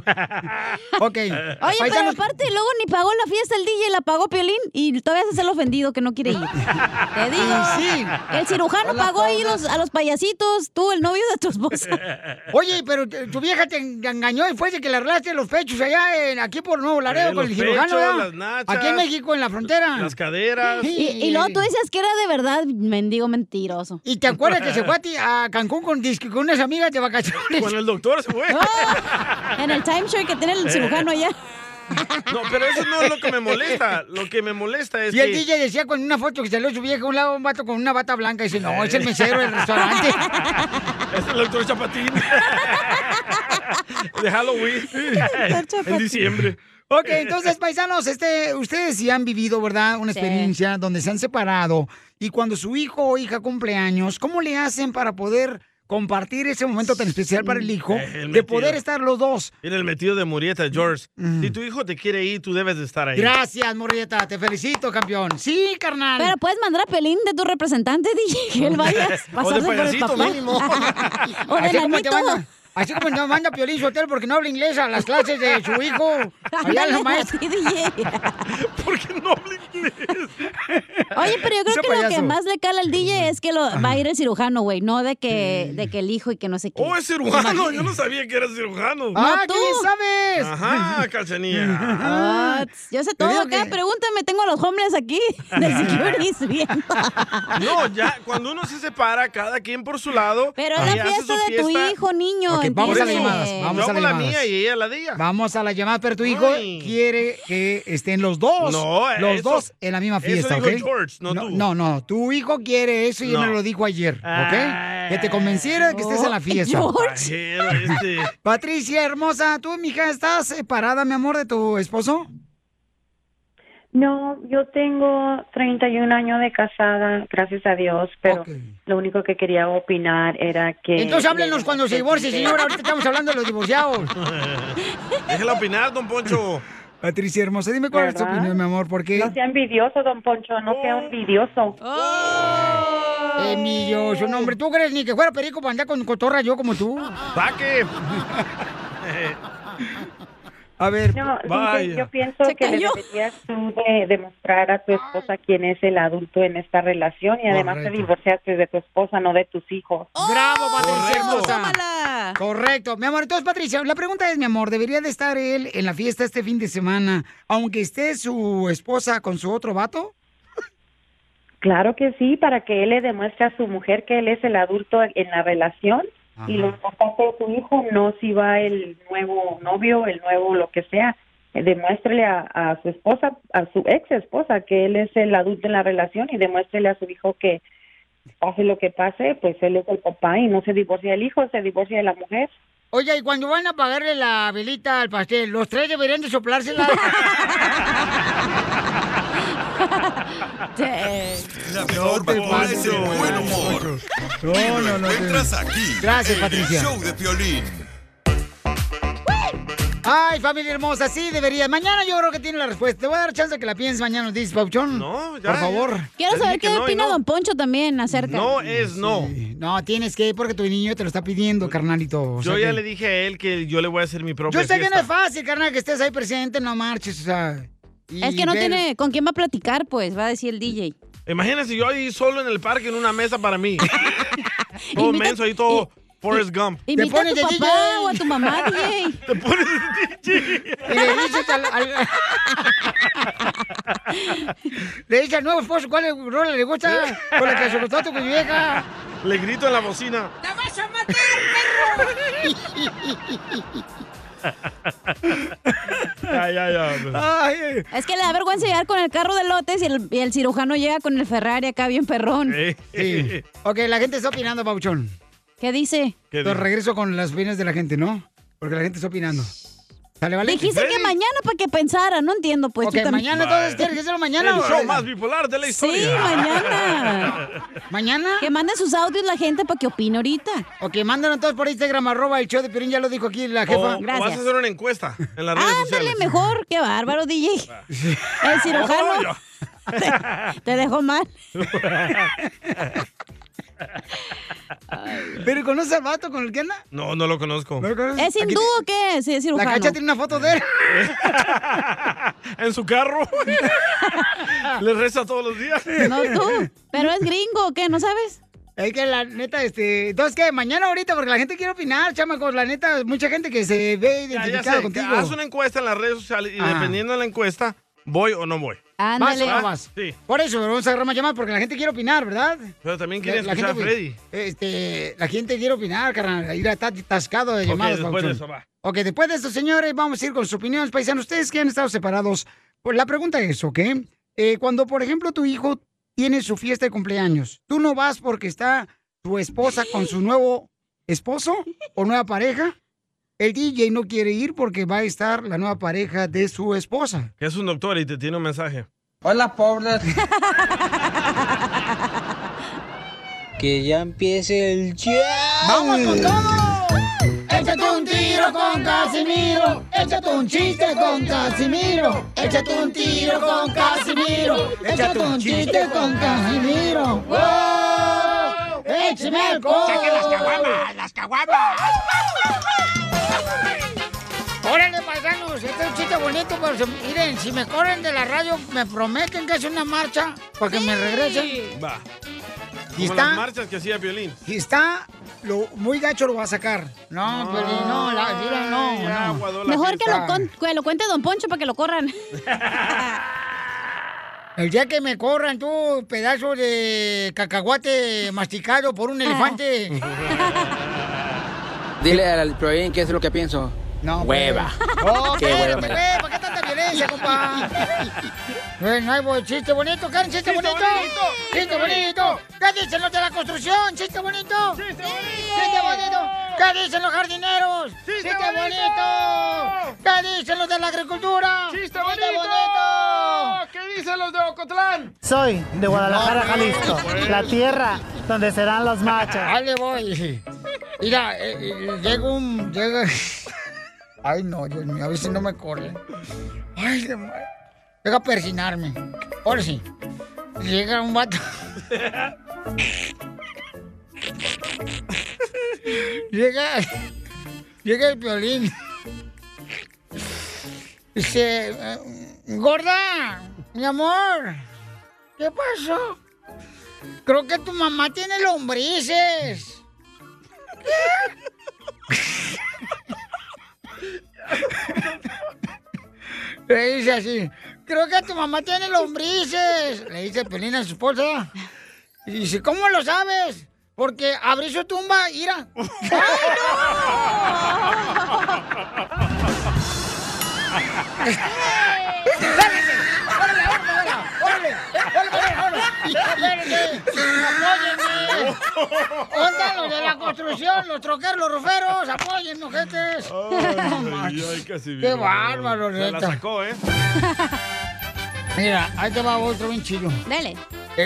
Oye, pero paisanos, aparte, luego ni pagó la fiesta el DJ, la pagó Piolín y todavía se hace el ofendido que no quiere ir. pues, Te digo, Y Ah, sí. el cirujano Hola, pagó ahí Paula. los, a los payasitos, tú, el novio de tu esposa. Oye, pero te- tu vieja te en- te engañó después de que le arreglaste los pechos allá en, aquí por Nuevo Laredo Eh, con el los cirujano, pechos, ¿verdad? las nachas, aquí en México, en la frontera. las caderas. Y, y luego tú dices que era de verdad, mendigo mentiroso. ¿Y te acuerdas que se fue a, ti- a Cancún con, disque- con unas amigas de vacaciones? Con el doctor se fue. Eh, en el timeshare que tiene el cirujano allá. No, pero eso no es lo que me molesta. Lo que me molesta es Y el que- DJ decía con una foto que salió su vieja un lado un vato con una bata blanca y dice, no, es el mesero del restaurante. Es el doctor Chapatín. De Halloween. en diciembre. Ok, entonces, paisanos, este, ustedes sí han vivido, ¿verdad? Una Sí. experiencia donde se han separado y cuando su hijo o hija cumple años, ¿cómo le hacen para poder compartir ese momento tan especial para el hijo Eh, el de metido. poder estar los dos? Mira el metido de Murieta, George. Si tu hijo te quiere ir, tú debes de estar ahí. Mm. Gracias, Morrieta, te felicito, campeón. Sí, carnal. Pero puedes mandar a Pelín de tu representante, DJ, que él vaya a O pasarse por de el payasito papá. mínimo. o de así como te nanito. manda, así como te manda Piolín Sotelo porque no habla inglés a las clases de su hijo. Allá Ándale, la maestra. así, DJ. Oye, pero yo creo Ese que lo que payaso. más le cala al DJ es que lo, va a ir el cirujano, güey, no de que, de que el hijo y que no sé qué. Oh, es cirujano. Yo no sabía que era cirujano. Ah, ¿qué tú. sabes? Ajá, cachanilla. Ah, yo sé Te todo digo acá, que- pregúntame, tengo a los homeless aquí de securities viendo. No, ya, cuando uno se separa, cada quien por su lado. Pero es y la hace fiesta su de tu fiesta. hijo, niño. Ok, vamos a las entiende. llamadas. Vamos Yo a hago las la llamadas. mía y ella la de ella. Vamos a la llamada, pero tu hijo quiere que estén los dos. No, eh, los eso- dos en la misma eso fiesta, dijo ¿ok? George, no tú. No, no, tu hijo quiere eso y él No. me lo dijo ayer, Ah. ¿ok? Que te convenciera de que estés en Oh, la fiesta. Pajero este. Patricia, hermosa, ¿tú, mija, estás separada, mi amor, de tu esposo? No, yo tengo 31 años de casada, gracias a Dios, pero lo único que quería opinar era que... Entonces háblenos cuando se divorcie, señora. Ahorita estamos hablando de los divorciados. Déjela opinar, don Poncho. Patricia hermosa, dime cuál es tu ¿Verdad? opinión, mi amor, Oh. porque... No sea envidioso, don Poncho, no sea envidioso. Oh. Envidioso, no, hombre, ¿tú crees ni que fuera perico para andar con cotorra yo como tú? ¡Saque! A ver, No, sí, yo, yo pienso que le deberías tú de- demostrar a tu esposa quién es el adulto en esta relación y además te Correcto. divorciaste de tu esposa, no de tus hijos. Oh. Bravo, Patricia hermosa. Correcto. Mi amor, entonces, Patricia, la pregunta es, mi amor, ¿debería de estar él en la fiesta este fin de semana, aunque esté su esposa con su otro vato? Claro que sí, para que él le demuestre a su mujer que él es el adulto en la relación y Ajá. los papás de tu hijo no si va el nuevo novio, el nuevo lo que sea. Eh, Demuéstrele a, a su esposa, a su ex esposa, que él es el adulto en la relación y demuéstrele a su hijo que pase lo que pase, pues él es el papá y no se divorcia el hijo, se divorcia de la mujer. Oye, ¿y cuando van a pagarle la velita al pastel, los tres deberían de soplársela? La mejor vacuna es el buen humor. y lo encuentras aquí. Gracias, en Patricia. El show de Piolín. Ay, familia hermosa, sí debería. Mañana yo creo que tiene la respuesta. Te voy a dar chance de que la pienses mañana, nos dices, Pauchón. No, ya, Por favor. ya. Quiero saber qué opina don Poncho también acerca. eh, No es no. Pues, No, tienes que, porque tu niño te lo está pidiendo, carnalito. O sea Yo ya que- le dije a él que yo le voy a hacer mi propia Yo sé que no fiesta. es fácil, carnal, que estés ahí presente, no marches, o sea. y Es que no ver- tiene con quién va a platicar, pues, va a decir el DJ. Imagínense yo ahí solo en el parque en una mesa para mí. todo Invita- menso ahí, todo Forrest Gump. Invita a tu papá o a tu mamá, DJ. Te pones de DJ. Y le dices al, al- le dices al nuevo esposo cuál es- rola le gusta con la que se gustó tu vieja. Le grito en la bocina. ¡La vas a matar, perro! Ay, ay, ay. Es que le da vergüenza llegar con el carro de lotes y el, y el cirujano llega con el Ferrari acá bien perrón. Eh. Sí. Ok, la gente está opinando, Pauchón. ¿Qué dice? Pero regreso con las opiniones de la gente, ¿no? Porque la gente está opinando. Sale, vale. Dijiste que mañana para que pensara, no entiendo pues. Ok, mañana entonces, ¿quieres que sea mañana? El o- show más bipolar de la historia. Sí, mañana. ¿Mañana? Que manden sus audios la gente para que opine ahorita. Ok, mándanos todos por Instagram, arroba el show de Pirín, ya lo dijo aquí la O, Ah, jefa. o vas a hacer una encuesta en las redes Ándale sociales. mejor, qué bárbaro, DJ. El cirujano te dejó mal. ¿Pero conoces al vato con el que anda? No, no lo conozco. ¿Es hindú o qué es? Sí, es cirujano. La cacha tiene una foto de él. En su carro. Le reza todos los días. No tú, pero es gringo o qué, ¿no sabes? Es que la neta, este. Entonces, ¿qué? Mañana ahorita, porque la gente quiere opinar, chamacos. La neta, mucha gente que se ve Ya, ya identificada sé, contigo. haz una encuesta en las redes sociales y Ah. dependiendo de la encuesta, voy o no voy. Ándale. Vas o no ¿Ah? vas. Sí. Por eso, vamos a agarrar más llamadas porque la gente quiere opinar, ¿verdad? Pero también quiere La- la escuchar a gente, pues, Freddy. Este, la gente quiere opinar, carnal. Ir a tascado de Ok, llamadas. después de Pabuchón. eso, va. Ok, después de esto, señores, vamos a ir con sus opiniones, paisanos. Ustedes que han estado separados, pues la pregunta es, ¿ok? Eh, cuando, por ejemplo, tu hijo tiene su fiesta de cumpleaños, ¿tú no vas porque está tu esposa con su nuevo esposo o nueva pareja? El DJ no quiere ir porque va a estar la nueva pareja de su esposa. Que es un doctor y te tiene un mensaje. Hola, pobres. que ya empiece el ¡Vamos con todo! Échate un tiro con Casimiro. Échate un chiste con Casimiro. Échate un tiro con Casimiro. Échate un chiste con Casimiro. ¡Wow! ¡Échame alcohol! ¡Saquen las caguamas, ¡Las caguamas! Órale, paisanos, este es un chiste bonito, pero se- miren, si me corren de la radio, me prometen que es una marcha para que me regresen. Va. ¿Y Como está? las marchas que hacía Violín. Si está lo, muy gacho, lo va a sacar. No, pero no, la, mira, no, no. Mejor que lo, con- que lo cuente Don Poncho para que lo corran. El día que me corran tú, pedazo de cacahuate masticado por un elefante. Dile al Proin qué es lo que pienso. No. pues. Hueva. Oh, Qué espérate, hueva. güey, ¿por qué tanta violencia, compa? Bueno, ahí voy, chiste bonito, Karen, chiste, bonito. bonito, Chiste chiste bonito. ¿Qué dicen los de la construcción? Chiste bonito. Chiste bonito. Chiste bonito. ¿Qué dicen los jardineros? Chiste, bonito. ¿Qué dicen los de la agricultura? Chiste bonito. ¿Qué dicen los de Ocotlán? Soy de Guadalajara, No, pues, Jalisco, pues. la tierra donde serán las machas. Ahí le voy. Mira, eh, eh, llega un. Llega. Ay, no, Dios mío, a veces no me corre. Ay, de madre. Llega a persinarme. Ahora sí. Llega un vato. Llega. Llega el violín. Dice. eh, Gorda, mi amor. ¿Qué pasó? Creo que tu mamá tiene lombrices. Le dice así, creo que tu mamá tiene lombrices. Le dice Pelina a su esposa. Y dice, ¿cómo lo sabes? Porque abrí su tumba, ira. ¡Órale! ¡Espérense! ¡Apóyenme! ¡Onda los de la construcción, los troqueros, los ruferos! ¡Apóyenme, ojetes! Ay, ay, casi ¡Qué bien. bárbaro, Se la neta. sacó, ¿eh? Mira, ahí te va otro bien chillo. Dale.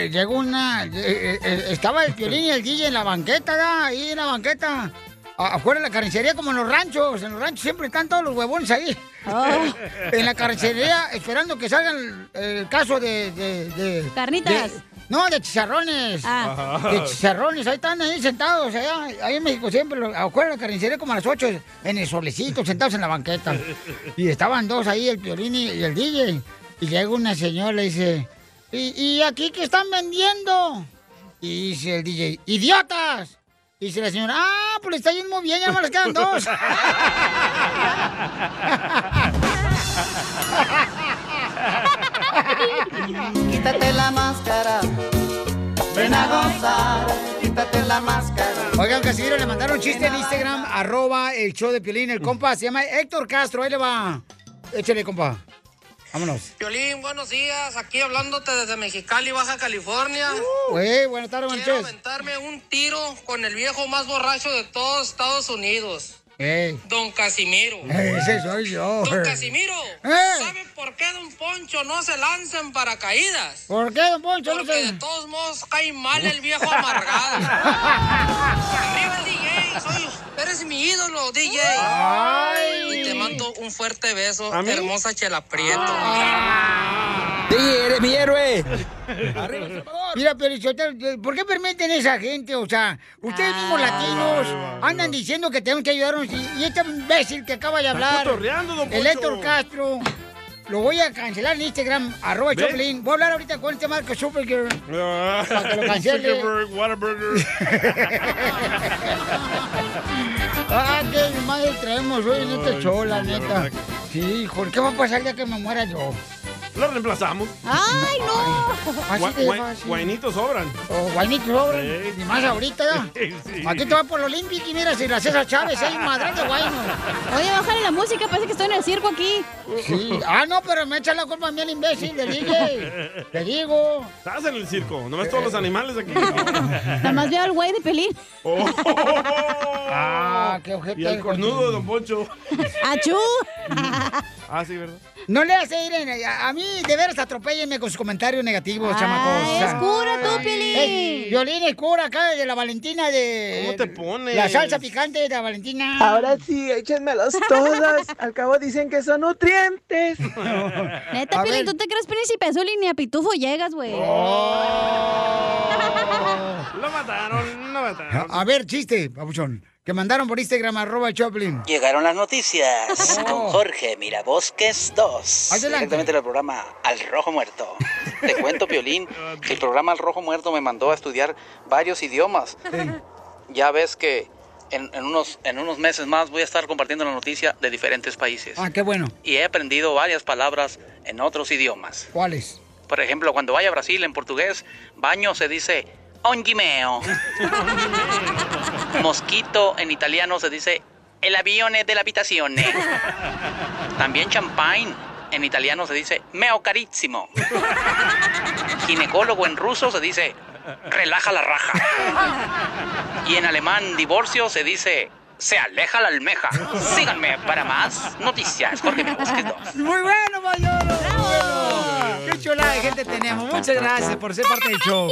llegó una... eh, eh, eh, estaba el Piolín y el DJ en la banqueta, ¿da? ahí en la banqueta. A- Afuera de la carnicería, como en los ranchos. En los ranchos siempre están todos los huevones ahí. Ah. En la carnicería, esperando que salga el, el caso de... de- de- Carnitas. de- no, de chicharrones. Ah. De chicharrones, ahí están ahí sentados, allá, ahí en México siempre, lo- afuera de la carnicería como a las 8 en el solecito, sentados en la banqueta. Y estaban dos ahí, el Piolín y y el DJ. Y llega una señora y le dice, ¿y, y aquí qué están vendiendo? Y dice el DJ, ¡idiotas! Y dice la señora, ah, pues está yendo muy bien, ya me les quedan dos. Quítate la máscara. Ven a gozar. Quítate la máscara. Oigan, Casimiro, le mandaron un chiste en Instagram, arroba el show de Piolín. El compa se llama Héctor Castro, ahí le va. Échale, compa. Vámonos. Violín, buenos días. Aquí hablándote desde Mexicali, Baja California. Güey, buenas tardes, Quiero Manches. aventarme un tiro con el viejo más borracho de todos Estados Unidos. Ey. Don Casimiro. Ese soy yo. Don Casimiro. Eh. ¿Sabe por qué Don Poncho no se lanza en paracaídas? ¿Por qué, don Poncho? No Porque de se... todos modos cae mal el viejo amargado. Arriba el DJ, soy, eres mi ídolo, DJ. Ay. Y te mando un fuerte beso, ¿A mí? Ah. hermosa Chela Prieto. DJ, eres mi héroe. Mira, pero Sotelo, eh, ¿por qué permiten esa gente? O sea, ustedes mismos latinos andan diciendo que tenemos que ayudarnos y, y este imbécil que acaba de Está hablar, cotorreando, don el Poncho. Héctor Castro, lo voy a cancelar en Instagram, arroba ¿Ves? Choplin. Voy a hablar ahorita con este Marco Supergirl. Para que lo cancele. Zuckerberg, Whataburger. Ah, qué madre traemos hoy en este Ay, show, la sí, la neta. verdad Sí, hijo, ¿qué va a pasar ya que me muera yo? Ah. Lo reemplazamos. ¡Ay, Gua- Así de gua- fácil. Guainitos sobran. O Guainito sobran, Sí. ni más ahorita ya. Aquí te va por el Olympic y mira si la César Chávez, hay un madral de guayno. Oye, bájale la música, parece que estoy en el circo aquí. Sí. Ah, no, pero me echa la culpa a mí el imbécil del DJ. Te digo. Eh, Estás en el circo, no ves todos los animales aquí. Nada más veo al güey de pelín. Ah, qué ojete. y el cornudo de Don Poncho. ¡Achú! Ah, sí, ¿verdad? No le hace ir en- a, a mí, de veras, atropéllenme con sus comentarios negativos, Ah, chamacos. es cura tú, Piolín. Eh, Violín es cura acá de la Valentina de... ¿Cómo te pones? La salsa picante de la Valentina. Ahora sí, échenmelas todas. Al cabo dicen que son nutrientes. Neta, Piolín, ¿tú te crees príncipe azul y ni a pitufo llegas, güey? Lo mataron, lo mataron. A, a ver, chiste, papuchón. Que mandaron por Instagram, arroba el Choplin. Llegaron las noticias con Jorge Mirabosques 2. Oh. Adelante. Directamente del programa Al Rojo Muerto. Te cuento, Piolín, que el programa Al Rojo Muerto me mandó a estudiar varios idiomas. Ya ves que en, en unos, en unos meses más voy a estar compartiendo la noticia de diferentes países. Ah, qué bueno. Y he aprendido varias palabras en otros idiomas. ¿Cuáles? Por ejemplo, cuando vaya a Brasil en portugués, baño se dice ongimeo. Mosquito en italiano se dice el avione de la habitación. También champagne en italiano se dice meo carísimo. Ginecólogo en ruso se dice relaja la raja. Y en alemán divorcio se dice se aleja la almeja. Síganme para más noticias. Jorge Mirabosques dos. Muy bueno, Mayoro. Muy bueno. Qué chulada de gente tenemos. Muchas gracias por ser parte del show.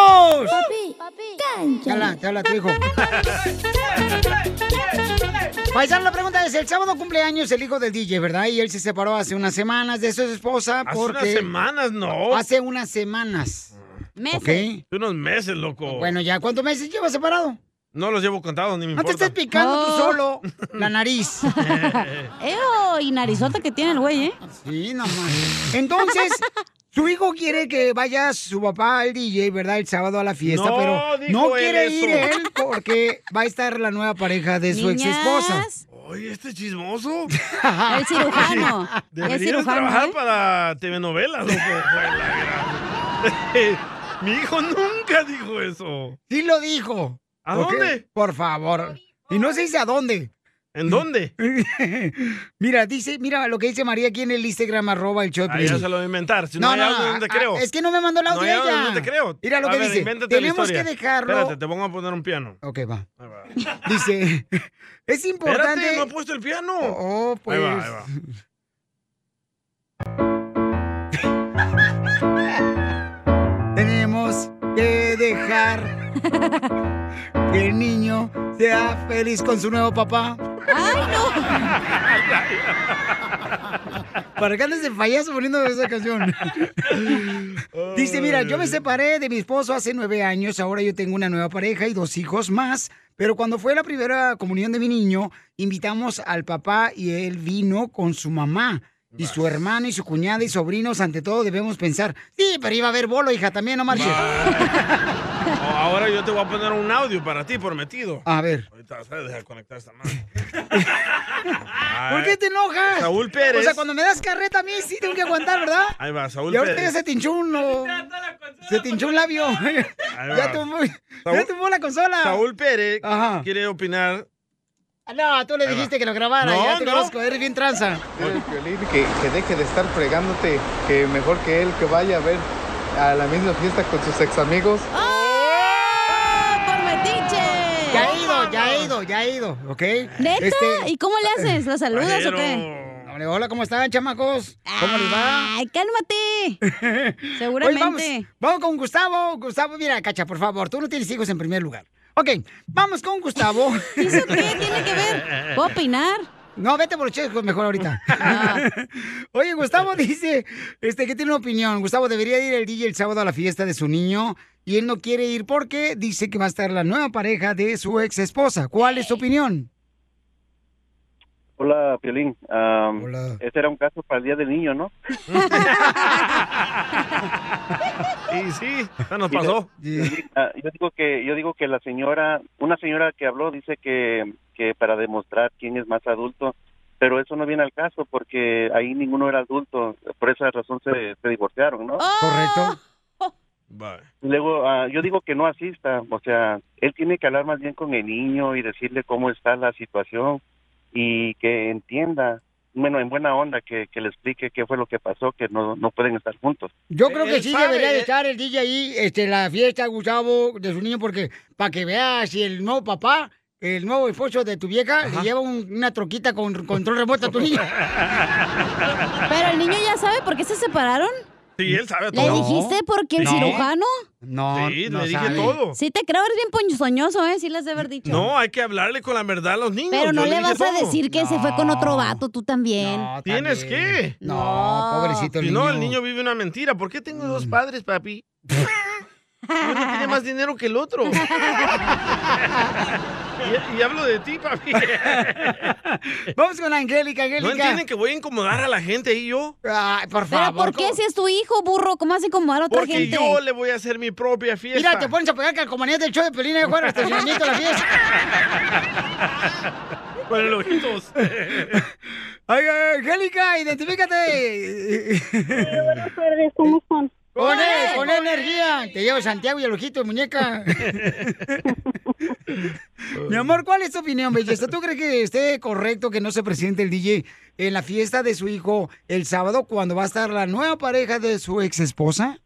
Papi, papi, Te habla, te habla tu hijo. Paisano, la pregunta es, el sábado cumpleaños el hijo del DJ, ¿verdad? Y él se separó hace unas semanas de su esposa Hace porque... unas semanas, no. Hace unas semanas. Meses. ¿Ok? Hace unos meses, loco. Bueno, ya, ¿cuántos meses lleva separado? Oh. No los llevo contados, ni me No te importa. estés picando tú Oh. solo la nariz. Eo, y narizota que tiene el güey, ¿eh? Sí, nomás. Entonces, su hijo quiere que vaya su papá al DJ, ¿verdad? El sábado a la fiesta, No, pero dijo no él quiere eso. ir él porque va a estar la nueva pareja de su ex esposa. Oye, este chismoso. El cirujano. Oye, El Deberías cirujano, trabajar ¿eh? para TV novelas, loco. Fue la gran- Mi hijo nunca dijo eso. Sí lo dijo. ¿A Ok, dónde? Por favor. Y no se dice a dónde. ¿En dónde? mira, dice, mira lo que dice María aquí en el Instagram, arroba el show. de Ah, Piolín. ya se lo voy a inventar. Si no, hay algo, no te ah, creo. Es que no me mandó el audio no hay algo, ella. no te creo. Mira lo A que ver, dice. invéntate la Tenemos que historia. dejarlo. Espérate, te pongo a poner un piano. Ok, va. Dice, es importante. Espérate, no he puesto el piano. Oh, pues. Ahí va, ahí va. Tenemos que dejar que el niño sea feliz con su nuevo papá. ¡Ay, no! ¿Para qué andas de payaso poniendo esa canción? Dice, mira, yo me separé de mi esposo hace nueve años, ahora yo tengo una nueva pareja y dos hijos más, pero cuando fue la primera comunión de mi niño, invitamos al papá y él vino con su mamá. Y su hermano y su cuñada y sobrinos, ante todo, debemos pensar. Sí, pero iba a haber bolo, hija, también, no marches. ahora yo te voy a poner un audio para ti, prometido. A ver. Ahorita vas a dejar conectar esta mano. ¿Por qué te enojas? Saúl Pérez. O sea, cuando me das carreta a mí sí tengo que aguantar, ¿verdad? Ahí va, Saúl y ahorita ya Pérez. se te hinchó un... o- Se te hinchó un labio. va. ya tumbó, ya Saúl- tumbó la consola. Saúl Pérez quiere opinar. Ah, No, tú le Ahí va. dijiste que lo grabara. No, ya te no. conozco, ¿eh? eres bien tranza. que, que deje de estar fregándote, que mejor que él que vaya a ver a la misma fiesta con sus ex amigos. ¡Oh! ¡Por metiche! Ya he ido, ya he ido, ya he ido, ¿ok? ¿Neta? Este- ¿Y cómo le haces? ¿La saludas o qué? No, le digo, Hola, ¿cómo están, chamacos? ¿Cómo les va? ¡Ay, cálmate! Oye, vamos, Seguramente. vamos con Gustavo. Gustavo, mira, Cacha, por favor, tú no tienes hijos en primer lugar. Ok, vamos con Gustavo. ¿Eso qué tiene que ver? ¿Puedo opinar? Ah. No, vete por los chicos mejor ahorita. Oye, Gustavo dice este, que tiene una opinión. Gustavo debería ir el DJ el sábado a la fiesta de su niño y él no quiere ir porque dice que va a estar la nueva pareja de su ex esposa. ¿Cuál es su opinión? Hola, Piolín. Am, Ese era un caso para el Día del Niño, ¿no? Y sí, ya nos Y la- pasó. Ah, yo digo que yo digo que la señora, una señora que habló dice que, que para demostrar quién es más adulto, pero eso no viene al caso porque ahí ninguno era adulto, por esa razón se, se divorciaron, ¿no? Oh. Oh, Correcto. Y Luego, ah, yo digo que no asista, o sea, él tiene que hablar más bien con el niño y decirle cómo está la situación y que entienda, bueno, en buena onda, que, que le explique qué fue lo que pasó, que no, no pueden estar juntos. Yo creo que Él sí sabe, debería de eh. él- estar el DJ ahí, este, la fiesta, Gustavo, de su niño, porque para que veas si el nuevo papá, el nuevo esposo de tu vieja, le lleva un- una troquita con control remoto a tu niño. Pero el niño ya sabe por qué se separaron. Sí, él sabe ¿Le todo. dijiste por qué el No. cirujano? No, Sí, no le dije sabe. todo. Sí, te creo, eres bien ponzoñoso, ¿eh? Sí, les de haber dicho. No, hay que hablarle con la verdad a los niños. Pero no Yo le dije vas a todo. decir que se fue con otro vato, tú también. ¿Tienes que? Ah, No, pobrecito el si no, niño. Mm. el niño vive una mentira. ¿Por qué tengo dos padres, papi? Uno tiene más dinero que el otro. y, y hablo de ti, papi. Vamos con Angélica, Angélica. ¿No entienden que voy a incomodar a la gente y yo? Ay, por Pero favor. ¿por qué si es tu hijo, burro? ¿Cómo hace incomodar a otra Porque gente? yo le voy a hacer mi propia fiesta. Mira, te pones a pegar calcomanías del show de Pelín y jugar hasta el estacionamiento de la fiesta. Con los ojitos. Ay, ay, Angélica, identifícate. buenas tardes, ¿cómo están? Con, él, con energía. Te llevo Santiago y el ojito de muñeca. Mi amor, ¿cuál es tu opinión, belleza? ¿Tú crees que esté correcto que no se presente el DJ en la fiesta de su hijo el sábado cuando va a estar la nueva pareja de su ex esposa?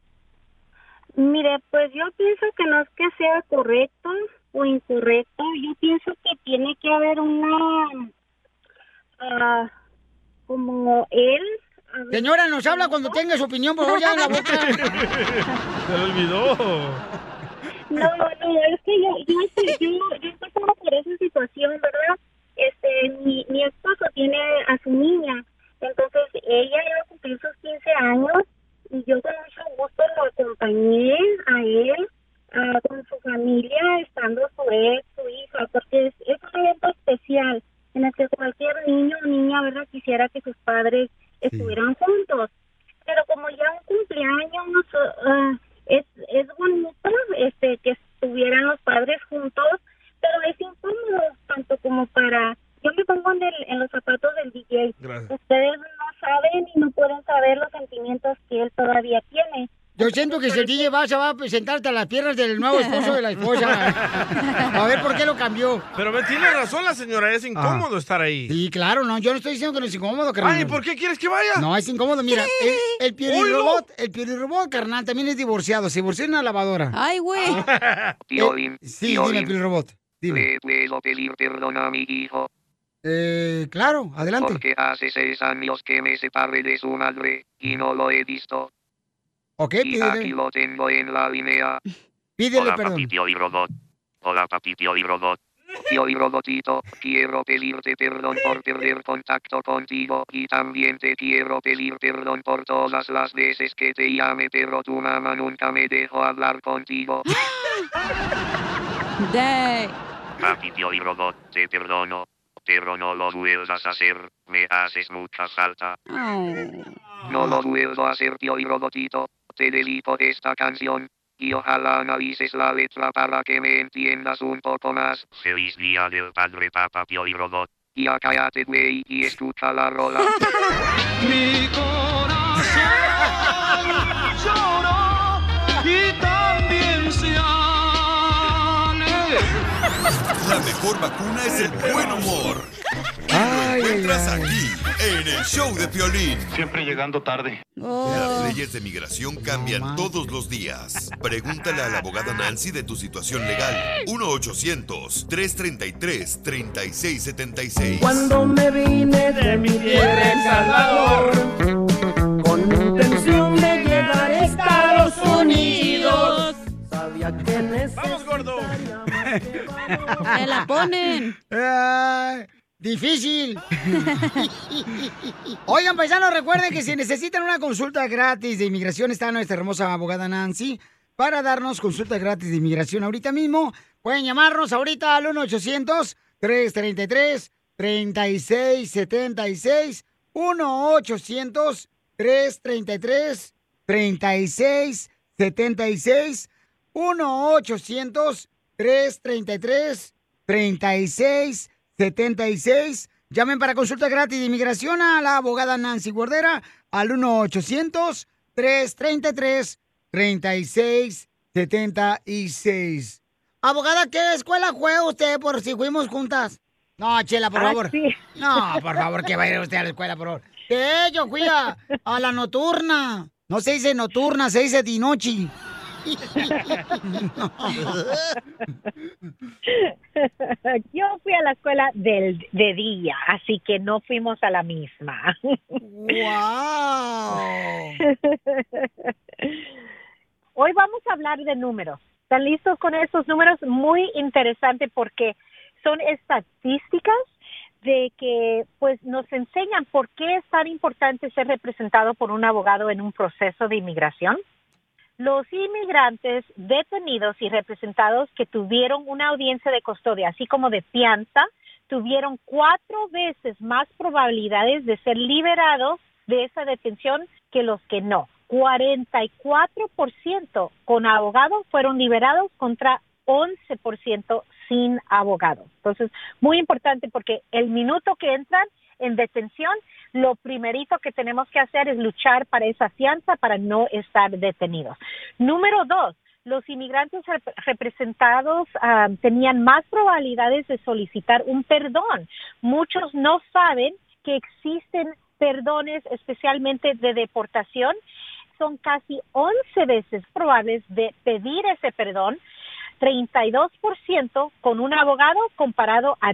Mire, pues yo pienso que no es que sea correcto o incorrecto, yo pienso que tiene que haber una ah, como él. Señora, nos habla cuando tenga su opinión, por favor, ya en la boca. Se lo olvidó. No, no, es que yo, yo, este, yo, yo estoy como por esa situación, ¿verdad? Este, mi, mi esposo tiene a su niña, entonces ella iba a cumplir sus 15 años y yo con mucho gusto lo acompañé a él, ah, con su familia, estando su ex, su hija, porque es, es un evento especial en el que cualquier niño o niña, ¿verdad?, quisiera que sus padres estuvieran juntos pero como ya un cumpleaños ah, es, es bonito este que estuvieran los padres juntos pero es incómodo tanto como para yo me pongo en, el- en los zapatos del DJ Gracias. ustedes no saben y no pueden saber los sentimientos que él todavía tiene Yo siento que si el DJ va, se va a presentarte a las piernas del nuevo esposo de la esposa. A ver por qué lo cambió. Ah. Pero me tiene razón la señora, es incómodo estar ahí. Sí, claro, no, yo no estoy diciendo que no es incómodo, carnal. Ay, ¿por qué quieres que vaya? No, es incómodo, mira, el, el Oilo. robot, el pielirrobot, carnal, también es divorciado, se divorció en una lavadora. Ah. Ay, güey. Piolín, Eh, sí, dime, Piolín Robot. ¿Le puedo pedir perdón a mi hijo? Eh, claro, adelante. Porque hace seis años que me separé de su madre y no lo he visto. Ok, y aquí pídele, lo tengo en la línea. pídele Hola, perdón. papito y robot. Hola, papito y robot. Tío y robotito, quiero pedirte perdón por perder contacto contigo y también te quiero pedir perdón por todas las veces que te llame, pero tu mamá nunca me dejó hablar contigo. Papito y robot, te perdono, pero no lo vuelvas a hacer, me haces mucha falta. Ah. No lo vuelvo a hacer, tío y robotito, te dedico esta canción. y ojalá analices la letra para que me entiendas un poco más. Feliz día del padre, papá, tío y robot. Y cállate, güey, y escucha la rola. Mi corazón lloró y también se alegró. La mejor vacuna es el buen humor. Y lo encuentras aquí, en el show de Piolín. Siempre llegando tarde. Oh. Las leyes de migración cambian todos los días. Pregúntale a la abogada Nancy de tu situación legal. 1-800-333-3676. Cuando me vine de mi tierra El Salvador, con intención de llegar a Estados Unidos, sabía que ¡Vamos, gordo! ¡Me la ponen! Ay, Difícil. Oigan, paisanos, recuerden que si necesitan una consulta gratis de inmigración, está nuestra hermosa abogada Nancy para darnos consulta gratis de inmigración ahorita mismo. Pueden llamarnos ahorita al 1-800-333-3676. 1-800-333-3676. 1-800-333-3676. 76. Llamen para consulta gratis de inmigración a la abogada Nancy Guardera al 1-800-333-3676. Abogada, ¿qué escuela fue usted por si fuimos juntas? No, Chela, por Ah, favor. sí. No, por favor, que va a ir usted a la escuela, por favor. Que yo fui a, a la nocturna. No se dice nocturna, se dice dinochi. Yo fui a la escuela del, de día, así que no fuimos a la misma. Hoy vamos a hablar de números. ¿Están listos con estos números? Muy interesante porque son estadísticas de que pues nos enseñan por qué es tan importante ser representado por un abogado en un proceso de inmigración. Los inmigrantes detenidos y representados que tuvieron una audiencia de custodia, así como de fianza, tuvieron cuatro veces más probabilidades de ser liberados de esa detención que los que no. 44% con abogados fueron liberados contra 11% sin abogados. Entonces, muy importante porque el minuto que entran en detención, lo primerito que tenemos que hacer es luchar para esa fianza para no estar detenidos. Número dos, los inmigrantes rep- representados ah, tenían más probabilidades de solicitar un perdón. Muchos no saben que existen perdones, especialmente de deportación. Son casi 11 veces probables de pedir ese perdón 32% con un abogado comparado a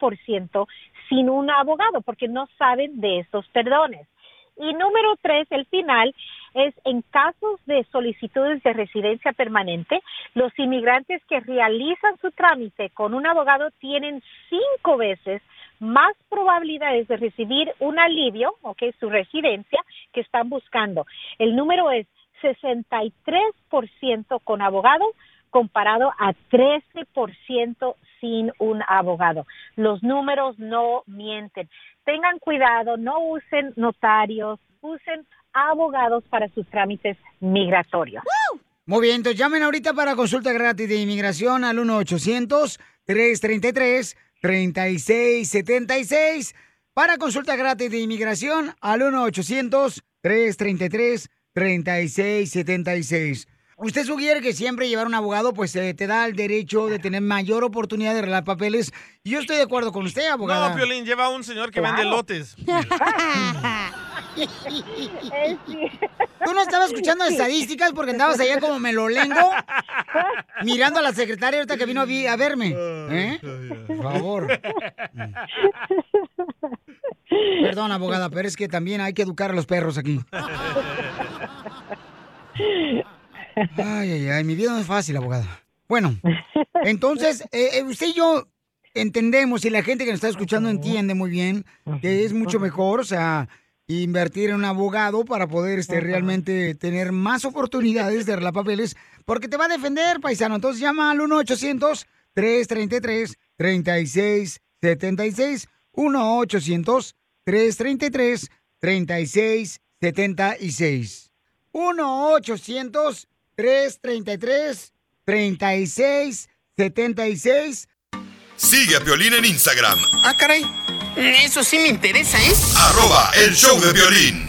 3% sin un abogado, porque no saben de esos perdones. Y número tres, el final, es en casos de solicitudes de residencia permanente, los inmigrantes que realizan su trámite con un abogado tienen cinco veces más probabilidades de recibir un alivio, ok, su residencia, que están buscando. El número es 63% con abogado comparado a 13% sin un abogado. Los números no mienten. Tengan cuidado, no usen notarios, usen abogados para sus trámites migratorios. Muy bien, entonces llamen ahorita para consulta gratis de inmigración al 1-800-333-3676. Para consulta gratis de inmigración al 1-800-333-3676. Usted sugiere que siempre llevar un abogado, pues eh, te da el derecho de tener mayor oportunidad de arreglar papeles. Y yo estoy de acuerdo con usted, abogado. No, Piolín, lleva a un señor que Claro. vende lotes. ¿Tú no estabas escuchando Sí. estadísticas porque andabas allá como melolengo? Mirando a la secretaria ahorita que vino a vi- a verme. ¿Eh? Por favor. Perdón, abogada, pero es que también hay que educar a los perros aquí. Ay, ay, ay, mi vida no es fácil, abogada. Bueno, entonces, eh, eh, usted y yo entendemos, y la gente que nos está escuchando entiende muy bien, que es mucho mejor, o sea, invertir en un abogado para poder este, realmente tener más oportunidades de arreglar papeles, porque te va a defender, paisano. Entonces llama al 1-800-333-3676. 1-800-333-3676. 1-800-333-3676. 333 36 76 Sigue a Piolín en Instagram, Ah, caray. Eso sí me interesa, ¿eh? ¿es? arroba el show de violín.